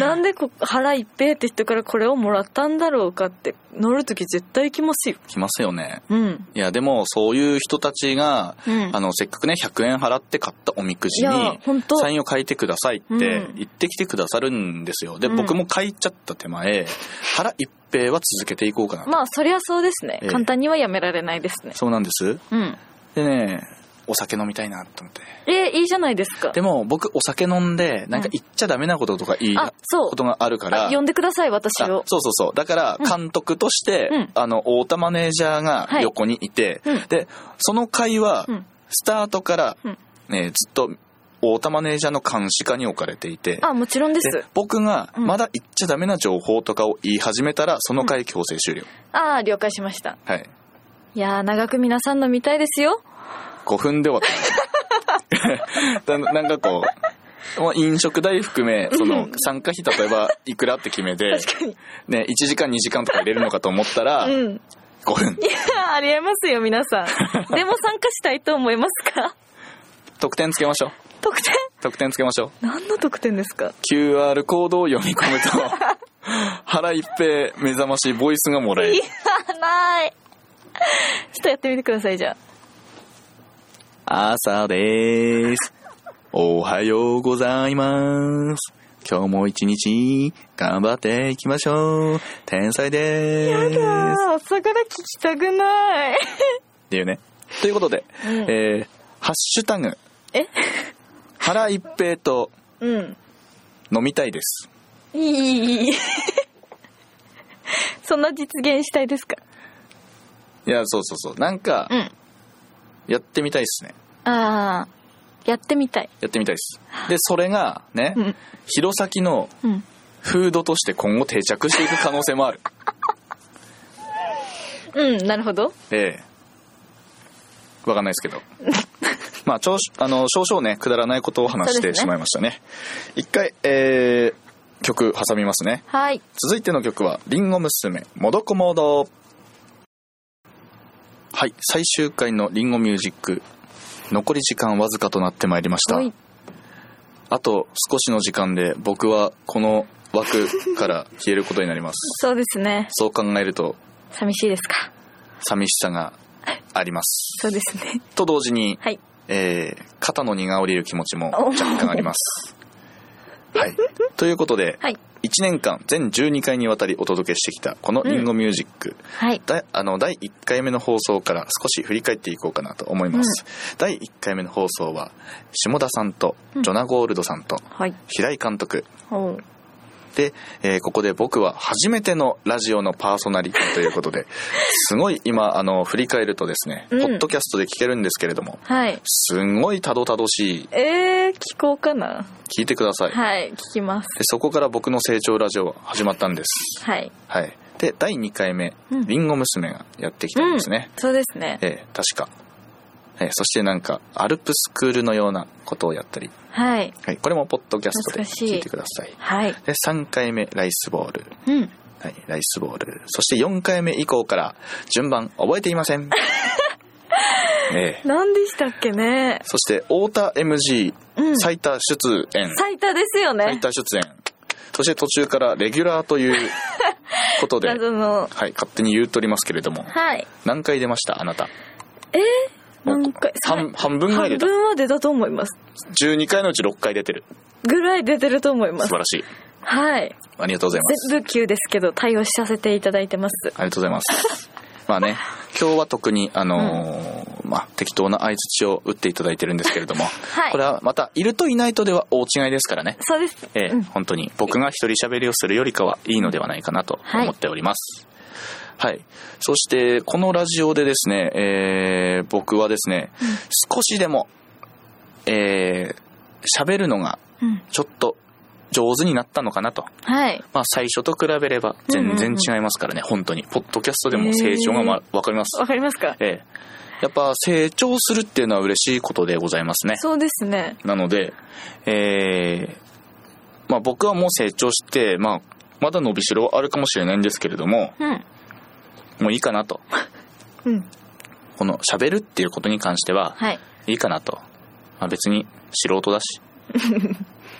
Speaker 2: なんでこ腹一平って人からこれをもらったんだろうかって乗るとき絶対行きますよ
Speaker 1: 来ますよね
Speaker 2: うん
Speaker 1: いやでもそういう人たちが、
Speaker 2: うん
Speaker 1: あのせっかくね100円払って買ったおみく
Speaker 2: い
Speaker 1: じ
Speaker 2: や
Speaker 1: に
Speaker 2: 本当
Speaker 1: サインを書いてくださいって
Speaker 2: うん
Speaker 1: 言ってきてくださるんですよで、
Speaker 2: うん
Speaker 1: 僕も書いちゃった手前原一平は続けていこうかなと、
Speaker 2: まあそりゃそうですね、
Speaker 1: ええ
Speaker 2: 簡単にはやめられないですね
Speaker 1: そうなんです
Speaker 2: うん
Speaker 1: でね、お酒飲みたいなと思って
Speaker 2: えいいじゃないですか
Speaker 1: でも僕お酒飲んでなんか言っちゃダメなこととかいい
Speaker 2: あそう
Speaker 1: ことがあるから、
Speaker 2: あ呼んでください私
Speaker 1: あ
Speaker 2: を
Speaker 1: そうそうそう。だから、
Speaker 2: うん
Speaker 1: 監督として、
Speaker 2: うん
Speaker 1: あの、太田マネージャーが
Speaker 2: はい
Speaker 1: 横にいて、
Speaker 2: うん
Speaker 1: で、その会は、
Speaker 2: うん
Speaker 1: スタートから、
Speaker 2: うん
Speaker 1: ね、ずっと、太田マネージャーの監視下に置かれていて、
Speaker 2: あもちろんで
Speaker 1: です僕が、
Speaker 2: うん
Speaker 1: まだ言っちゃダメな情報とかを言い始めたら、その回強制終了。
Speaker 2: あ了解しました
Speaker 1: はい。
Speaker 2: いやー長く皆さんの見たいですよ
Speaker 1: 5分で終わった。 ななんかこう、もう飲食代含め、その、参加費例えば、いくらって決めて、
Speaker 2: 確かに
Speaker 1: ね、1時間2時間とか入れるのかと思ったら、
Speaker 2: うん
Speaker 1: 5分。
Speaker 2: いやーありえますよ皆 さんでも参加したいと思いますか
Speaker 1: 得点つけましょう。
Speaker 2: 特典
Speaker 1: 得点つけましょう。
Speaker 2: 何の特典ですか
Speaker 1: QR コードを読み込むと 腹いっぺい目覚ましいボイスがもらえ
Speaker 2: い
Speaker 1: る
Speaker 2: やないちょっとやってみてくださいじゃあ
Speaker 1: 朝ですおはようございます今日も一日頑張っていきましょう天才です
Speaker 2: あ朝から聞きたくない
Speaker 1: っていうねということで、
Speaker 2: うん
Speaker 1: えーハッシュタグ
Speaker 2: え
Speaker 1: 腹いっぺいと
Speaker 2: うん
Speaker 1: 飲みたいです
Speaker 2: いいいいいい そんな実現したいですか
Speaker 1: いやそうそうそうなんか
Speaker 2: うん
Speaker 1: やってみたいですね
Speaker 2: ああやってみたい
Speaker 1: やってみたいですでそれがね、
Speaker 2: うん
Speaker 1: 弘前の
Speaker 2: うん
Speaker 1: フードとして今後定着していく可能性もある。
Speaker 2: うんなるほど
Speaker 1: ええ。わかんないですけ ど。まあ、ちょうしあの少々ね、くだらないことを話し
Speaker 2: そう
Speaker 1: て
Speaker 2: ですね
Speaker 1: しまいましたね。一回、えー、曲挟みますね。
Speaker 2: はい
Speaker 1: 続いての曲は、リンゴ娘、もどこもど。はい、最終回のリンゴミュージック。残り時間わずかとなってまいりました
Speaker 2: お。い
Speaker 1: あと少しの時間で僕はこの枠から消えることになりま す。
Speaker 2: そうですね
Speaker 1: そう考えると
Speaker 2: 寂しいですか
Speaker 1: 寂しさがあります。
Speaker 2: そうですね
Speaker 1: と同時に、
Speaker 2: はい
Speaker 1: えー肩の荷が下りる気持ちも
Speaker 2: お
Speaker 1: 若干あり ます。はい。ということで、
Speaker 2: はい
Speaker 1: 1年間全12回にわたりお届けしてきたこのリンゴミュージック、
Speaker 2: はい
Speaker 1: だいあの第1回目の放送から少し振り返っていこうかなと思います。第1回目の放送は、下田さんと
Speaker 2: うん
Speaker 1: ジョナ・ゴールドさんと
Speaker 2: はい
Speaker 1: 平井監督、
Speaker 2: おう
Speaker 1: で、えーここで僕は初めてのラジオのパーソナリティということ で、すごい今、あの、振り返るとですね、
Speaker 2: うん
Speaker 1: ポッドキャストで聞けるんですけれども、
Speaker 2: はい
Speaker 1: すごいたどたどしい。
Speaker 2: えー、聞こうかな
Speaker 1: 聞いてください。
Speaker 2: はい聞きます
Speaker 1: でそこから僕の成長ラジオは始まったんです。
Speaker 2: はい
Speaker 1: はい。で、第2回目、
Speaker 2: うん
Speaker 1: リンゴ娘がやってきたんですね。
Speaker 2: そうですね
Speaker 1: えー確か。えーそしてなんか、アルプスクールのようなことをやったり、
Speaker 2: はい
Speaker 1: はい、これもポッドキャストで
Speaker 2: 懐かしい
Speaker 1: 聞いてください。
Speaker 2: はい
Speaker 1: で、3回目、ライスボール。
Speaker 2: うん
Speaker 1: はい、ライスボール。そして4回目以降から順番覚えていませ ん。ええ
Speaker 2: 何でしたっけね
Speaker 1: そして、太田 MG
Speaker 2: うん
Speaker 1: 最多出演、
Speaker 2: 最多ですよね
Speaker 1: 最多出演。そして途中からレギュラーということ で、
Speaker 2: 謎の
Speaker 1: はい、勝手に言うとりますけれども、
Speaker 2: はい
Speaker 1: 何回出ましたあなた。
Speaker 2: 何回
Speaker 1: 半半分ぐらい
Speaker 2: 半
Speaker 1: 出た。
Speaker 2: 分は出たと思います
Speaker 1: 12回のうち6回出てる。
Speaker 2: ぐらい出てると思いま
Speaker 1: 素
Speaker 2: す
Speaker 1: 晴らしい。
Speaker 2: はい
Speaker 1: ありがとうございます。
Speaker 2: 全部級ですけど対応させていただいてます
Speaker 1: ありがとうございます。 まあね、今日は特に、あのーまあ、適当な相槌を打っていただいてるんですけれども、
Speaker 2: はい
Speaker 1: これはまた、いるといないとでは大違いですからね。
Speaker 2: そうです
Speaker 1: ええ
Speaker 2: うん
Speaker 1: 本当に、僕が一人喋りをするよりかはいいのではないかなと
Speaker 2: はい
Speaker 1: 思っております。はい。そして、このラジオでですね、えー僕はですね、
Speaker 2: うん
Speaker 1: 少しでも、えー喋るのが
Speaker 2: うん
Speaker 1: ちょっと上手になったのかなと。
Speaker 2: はい
Speaker 1: まあ、最初と比べれば全然違いますからね、本当に。ポッドキャストでも成長がまわかります
Speaker 2: わ。かりますか
Speaker 1: ええ。やっぱ成長するっていうのは嬉しいことでございますね。
Speaker 2: そうですね
Speaker 1: なので、ええまあ僕はもう成長して、まあ、まだ伸びしろはあるかもしれないんですけれども、
Speaker 2: うん
Speaker 1: もういいかなと。
Speaker 2: うん
Speaker 1: この喋るっていうことに関しては、
Speaker 2: はい
Speaker 1: いいかなと。まあ別に素人だ し、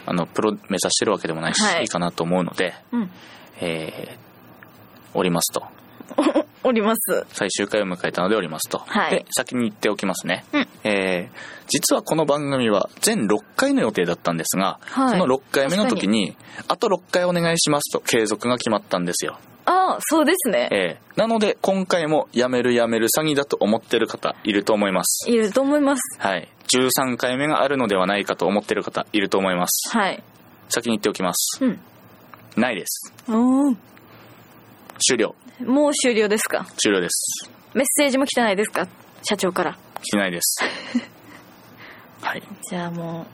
Speaker 1: あの、プロ目指してるわけでもないし、
Speaker 2: はい
Speaker 1: いいかなと思うので、
Speaker 2: うん
Speaker 1: えー、おりますと。
Speaker 2: おります
Speaker 1: 最終回を迎えたのでおりますと。
Speaker 2: はい
Speaker 1: で、先に言っておきますね。
Speaker 2: うん
Speaker 1: えー、実はこの番組は全6回の予定だったんですが、
Speaker 2: はい
Speaker 1: その6回目の時に、あと6回お願いしますと継続が決まったんですよ。
Speaker 2: あまあそうですね
Speaker 1: ええなので今回もやめるやめる詐欺だと思ってる方いると思います。
Speaker 2: いると思います
Speaker 1: はい。13回目があるのではないかと思ってる方いると思います。
Speaker 2: はい
Speaker 1: 先に言っておきます。
Speaker 2: うん
Speaker 1: ないです。
Speaker 2: おー
Speaker 1: 終了。
Speaker 2: もう終了ですか
Speaker 1: 終了です。
Speaker 2: メッセージも来てないですか社長から
Speaker 1: 来てないです。はい。
Speaker 2: じゃあも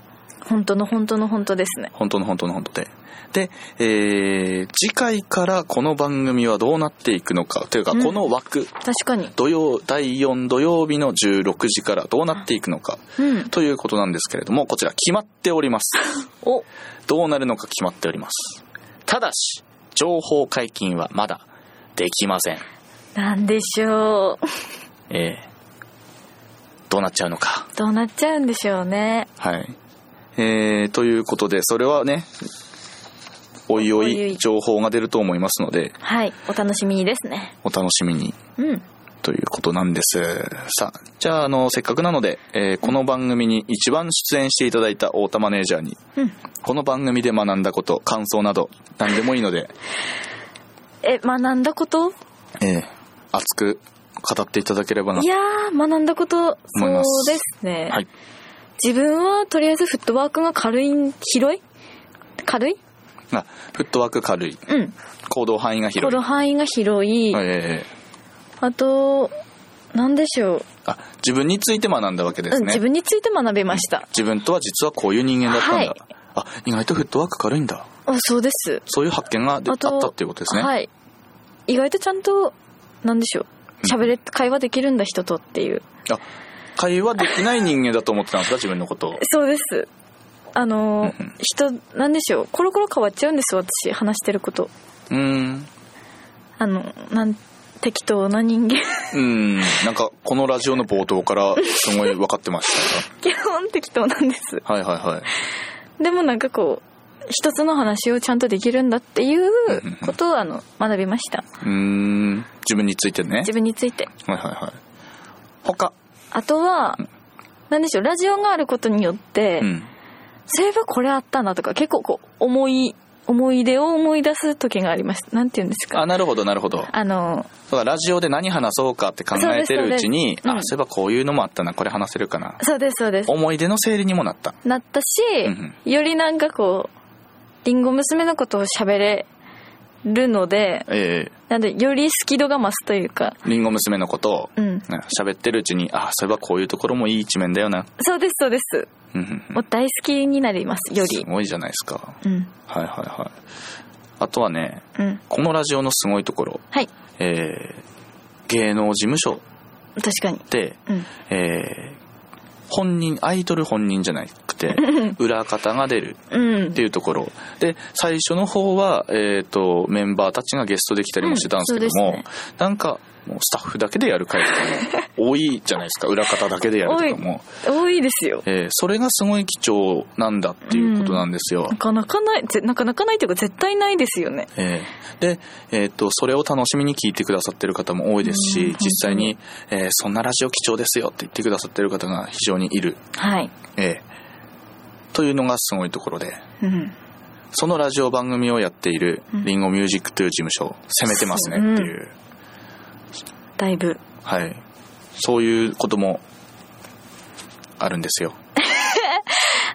Speaker 2: う本当の本当の本当ですね
Speaker 1: 本当の本当の本当で。で、えー、次回からこの番組はどうなっていくのか、というか、
Speaker 2: うん
Speaker 1: この枠、
Speaker 2: 確かに
Speaker 1: 土曜、第4土曜日の16時からどうなっていくのか、
Speaker 2: うん
Speaker 1: ということなんですけれども、こちら決まっております。
Speaker 2: お
Speaker 1: どうなるのか決まっております。ただし、情報解禁はまだできません。
Speaker 2: なんでしょう
Speaker 1: えー、どうなっちゃうのか。
Speaker 2: どうなっちゃうんでしょうね
Speaker 1: はい。えー、ということで、それはね、おいお
Speaker 2: おいおい
Speaker 1: い情報が出ると思いますので、
Speaker 2: はいお楽しみにですね
Speaker 1: お楽しみに
Speaker 2: うん
Speaker 1: ということなんです。さあ、じゃあ、あの、せっかくなので、えーこの番組に一番出演していただいた太田マネージャーに、
Speaker 2: うん
Speaker 1: この番組で学んだこと、感想など、何でもいいので、
Speaker 2: え学んだこと。
Speaker 1: えー熱く語っていただければない
Speaker 2: やー学んだことそ
Speaker 1: 思いうます
Speaker 2: ですね
Speaker 1: はい。
Speaker 2: 自分はとりあえずフットワークが軽いん広い軽い
Speaker 1: あフットワーク軽い。
Speaker 2: うん
Speaker 1: 行動範囲が
Speaker 2: こ
Speaker 1: 広
Speaker 2: の
Speaker 1: い。
Speaker 2: 範囲が広い、
Speaker 1: ええ
Speaker 2: あと何でしょう、
Speaker 1: あ、自分について学んだわけで
Speaker 2: う
Speaker 1: す
Speaker 2: ん
Speaker 1: ね。
Speaker 2: 自分について学びました
Speaker 1: 自分とは実はこういう人間だったんだ。
Speaker 2: はい
Speaker 1: あ、意外とフットワーク軽いんだ。
Speaker 2: あそうです
Speaker 1: そういう発見がであ
Speaker 2: あ
Speaker 1: っ
Speaker 2: と
Speaker 1: たっていうことですね。
Speaker 2: はい意外とちゃんと何でしょう喋れ会話できるんだ人とっていう
Speaker 1: あ、会話できない人間だと思ってたんですか自分のことを。
Speaker 2: そうですあ
Speaker 1: う
Speaker 2: の
Speaker 1: んうん
Speaker 2: 人なんでしょうコロコロ変わっちゃうんです私話してること
Speaker 1: うーん。
Speaker 2: あのなん適当な人間
Speaker 1: うん。なんか、このラジオの冒頭からすごい分かってまし
Speaker 2: 基本適当なんです
Speaker 1: た。はいはいはい。
Speaker 2: でもなんかこう一つの話をちゃんとできるんだってい
Speaker 1: んうん
Speaker 2: うことをあの学びました
Speaker 1: うーん。自分についてね
Speaker 2: 自。分について
Speaker 1: はいはいはい。他。
Speaker 2: あとはなんでしょうラジオがあることによって、
Speaker 1: うん。
Speaker 2: そういえばこれあったなとか結構こう思い思い出を思い出す時がありましたなんて言うんですか
Speaker 1: あ、なるほどなるほど。
Speaker 2: あの
Speaker 1: そうだラジオで何話そうかって考えてるうちに、
Speaker 2: そうですそうですうん
Speaker 1: あそういえばこういうのもあったなこれ話せるかな
Speaker 2: そうですそうです
Speaker 1: 思い出の整理にもなった
Speaker 2: なったし、
Speaker 1: うん
Speaker 2: よりなんかこうりんご娘のことを喋れるので
Speaker 1: ええ
Speaker 2: なんでより好き度が増すというか
Speaker 1: りんご娘のことを
Speaker 2: うん
Speaker 1: ね喋ってるうちにあそういえばこういうところもいい一面だよな
Speaker 2: そうですそうです
Speaker 1: うんうんうん
Speaker 2: もう大好きになりますよ
Speaker 1: す
Speaker 2: り
Speaker 1: ごいじゃないですか
Speaker 2: うん
Speaker 1: はいはいはいあとはね
Speaker 2: うん
Speaker 1: このラジオのすごいところ
Speaker 2: はい
Speaker 1: ええ芸能事務所
Speaker 2: 確かに
Speaker 1: って
Speaker 2: うん
Speaker 1: ええ本人アイドル本人じゃなく て裏方が出る
Speaker 2: うん
Speaker 1: っていうところで最初の方は、えー、とメンバーたちがゲストで来たりもしてたんですけども、
Speaker 2: うんそうで
Speaker 1: なんかもうスタッフだけでやる回とかも多いじゃないですか裏方だけでやるとかも、
Speaker 2: 多いですよ
Speaker 1: えーそれがすごい貴重なんだっていうことなんですよ。
Speaker 2: なかなかないぜなかなかないというか絶対ないですよね
Speaker 1: えーで、えー、とそれを楽しみに聞いてくださってる方も多いですし、
Speaker 2: うん
Speaker 1: 実際に、えーそんなラジオ貴重ですよ」って言ってくださってる方が非常にいる、
Speaker 2: はい
Speaker 1: えーというのがすごいところで。
Speaker 2: うん
Speaker 1: そのラジオ番組をやっている
Speaker 2: うん
Speaker 1: リンゴミュージックという事務所を攻めてますねっていう、
Speaker 2: だいぶ
Speaker 1: はいそういうこともあるんですよ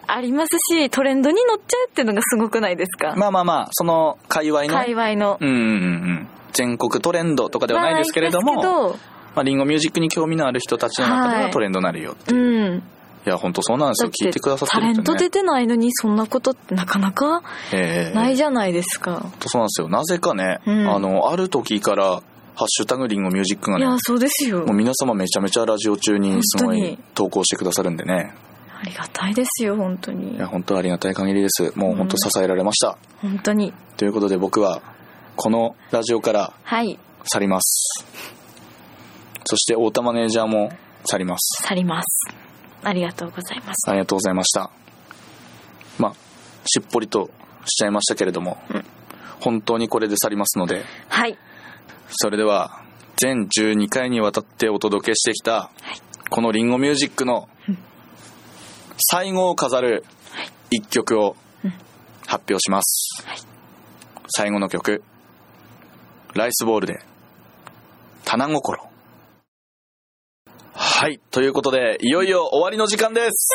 Speaker 2: ありますしトレンドに乗っちゃうっていうのがすごくないですか、
Speaker 1: まあまあまあその界隈の
Speaker 2: 界隈の
Speaker 1: うんうんうん全国トレンドとかではないですけれども、
Speaker 2: ま
Speaker 1: ま
Speaker 2: あです
Speaker 1: あ、リンゴミュージックに興味のある人たちの中で
Speaker 2: は
Speaker 1: はいトレンドになるよ、
Speaker 2: けどうん
Speaker 1: い、や本当そうなんです
Speaker 2: だ
Speaker 1: よ
Speaker 2: っ
Speaker 1: 聞いてくださって
Speaker 2: タ
Speaker 1: る
Speaker 2: レ
Speaker 1: ん
Speaker 2: ン
Speaker 1: で
Speaker 2: ト
Speaker 1: ね
Speaker 2: 出てないのにそんなことってなかなか
Speaker 1: ええ
Speaker 2: ないじゃないですか、
Speaker 1: 本当そうなんですよなぜかね、
Speaker 2: うん
Speaker 1: あのある時から「ハッシュタグリンゴミュージック」が
Speaker 2: い
Speaker 1: ね
Speaker 2: やそうですよ
Speaker 1: もう皆様めちゃめちゃラジオ中にすご
Speaker 2: 本
Speaker 1: い
Speaker 2: 当に
Speaker 1: 投稿してくださるんでね
Speaker 2: ありがたいですよ本当
Speaker 1: い
Speaker 2: に
Speaker 1: や本当ありがたい限りですもう本当支えられました、
Speaker 2: 本当に
Speaker 1: ということで僕はこのラジオから
Speaker 2: はい
Speaker 1: 去りますそして太田マネージャーも去ります
Speaker 2: 去りますありがとうございます
Speaker 1: ありがとうございましたまあしっぽりとしちゃいましたけれども、
Speaker 2: うん
Speaker 1: 本当にこれで去りますので
Speaker 2: はい
Speaker 1: それでは全12回にわたってお届けしてきたこの「リンゴミュージック」の最後を飾る一曲を発表します、最後の曲ライスボールで、棚心。はい。ということで、いよいよ終わりの時間です。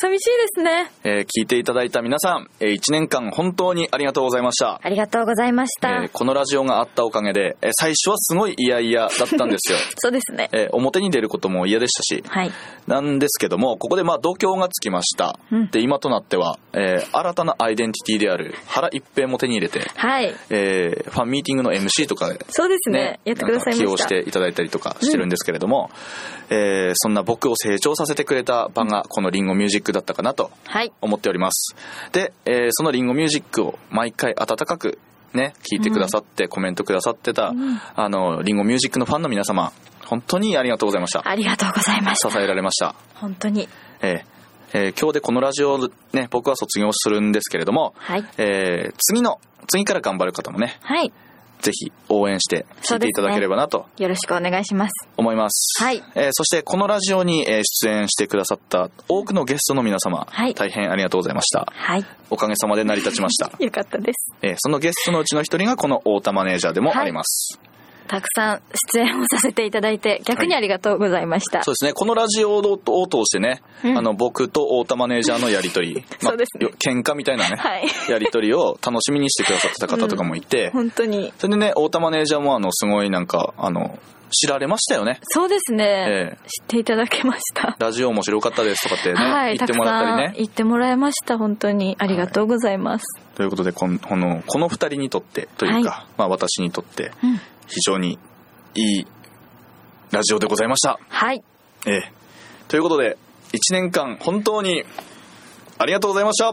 Speaker 2: 寂しいですね
Speaker 1: えー聞いていただいた皆さん、え1年間本当にありがとうございました。
Speaker 2: ありがとうございまし
Speaker 1: え
Speaker 2: た、
Speaker 1: ーこのラジオがあったおかげで、えー最初はすごい嫌々だったんですよ。
Speaker 2: そうですね
Speaker 1: えー表に出ることも嫌でしたし、
Speaker 2: はい
Speaker 1: なんですけども、ここでまあ度胸がつきました。
Speaker 2: うん
Speaker 1: で、今となっては、えー新たなアイデンティティである原一平も手に入れて、
Speaker 2: はい
Speaker 1: えーファンミーティングの MC とかで、
Speaker 2: そうですねやってくだ
Speaker 1: なんか
Speaker 2: さいました
Speaker 1: 起用していただいたりとかしてるんですけれども、えーそんな僕を成長させてくれた場がこのリンゴミュージックだったかなと
Speaker 2: はい
Speaker 1: 思っておりますで、えーそのリンゴミュージックを毎回温かくね聞いてくださって、コメントくださってた、
Speaker 2: うん
Speaker 1: あのリンゴミュージックのファンの皆様本当にありがとうございました
Speaker 2: ありがとうございまし
Speaker 1: 支
Speaker 2: た
Speaker 1: えられました
Speaker 2: 本当に
Speaker 1: えーえー今日でこのラジオをね僕は卒業するんですけれども、
Speaker 2: はい
Speaker 1: えー次の次から頑張る方もね
Speaker 2: はい
Speaker 1: ぜひ応援して聞いていただければなと
Speaker 2: よろしくお願いします
Speaker 1: 思います。
Speaker 2: はい
Speaker 1: えーそしてこのラジオにえー出演してくださった多くのゲストの皆様、
Speaker 2: はい
Speaker 1: 大変ありがとうございました。
Speaker 2: はい
Speaker 1: おかげさまで成り立ちました。
Speaker 2: よかったです
Speaker 1: えーそのゲストのうちの一人がこの太田マネージャーでもあります。
Speaker 2: たくさん出演をさせていただいて逆にありがとうございました、
Speaker 1: そうですね。このラジオを通してね、
Speaker 2: うん
Speaker 1: あの僕と太田マネージャーのやりとり、まあ
Speaker 2: そうですね
Speaker 1: よ喧嘩みたいなね、
Speaker 2: はい
Speaker 1: やりとりを楽しみにしてくださってた方とかもいて、
Speaker 2: 本当に
Speaker 1: それでね、太田マネージャーもあのすごいなんかあの知られましたよね。
Speaker 2: そうですね、
Speaker 1: えー
Speaker 2: 知っていただけました
Speaker 1: ラジオ面白かったですとかってね、
Speaker 2: はい
Speaker 1: 言
Speaker 2: た
Speaker 1: って
Speaker 2: く
Speaker 1: もらった
Speaker 2: さ
Speaker 1: り
Speaker 2: ん
Speaker 1: ね。
Speaker 2: 言ってもらいました本当にありがとうございます、
Speaker 1: ということでこの、この、この二人にとってというか、まあ私にとって
Speaker 2: うん
Speaker 1: 非常にいいラジオでございました。
Speaker 2: はい
Speaker 1: ええ。ということで、一年間本当にありがとうございました。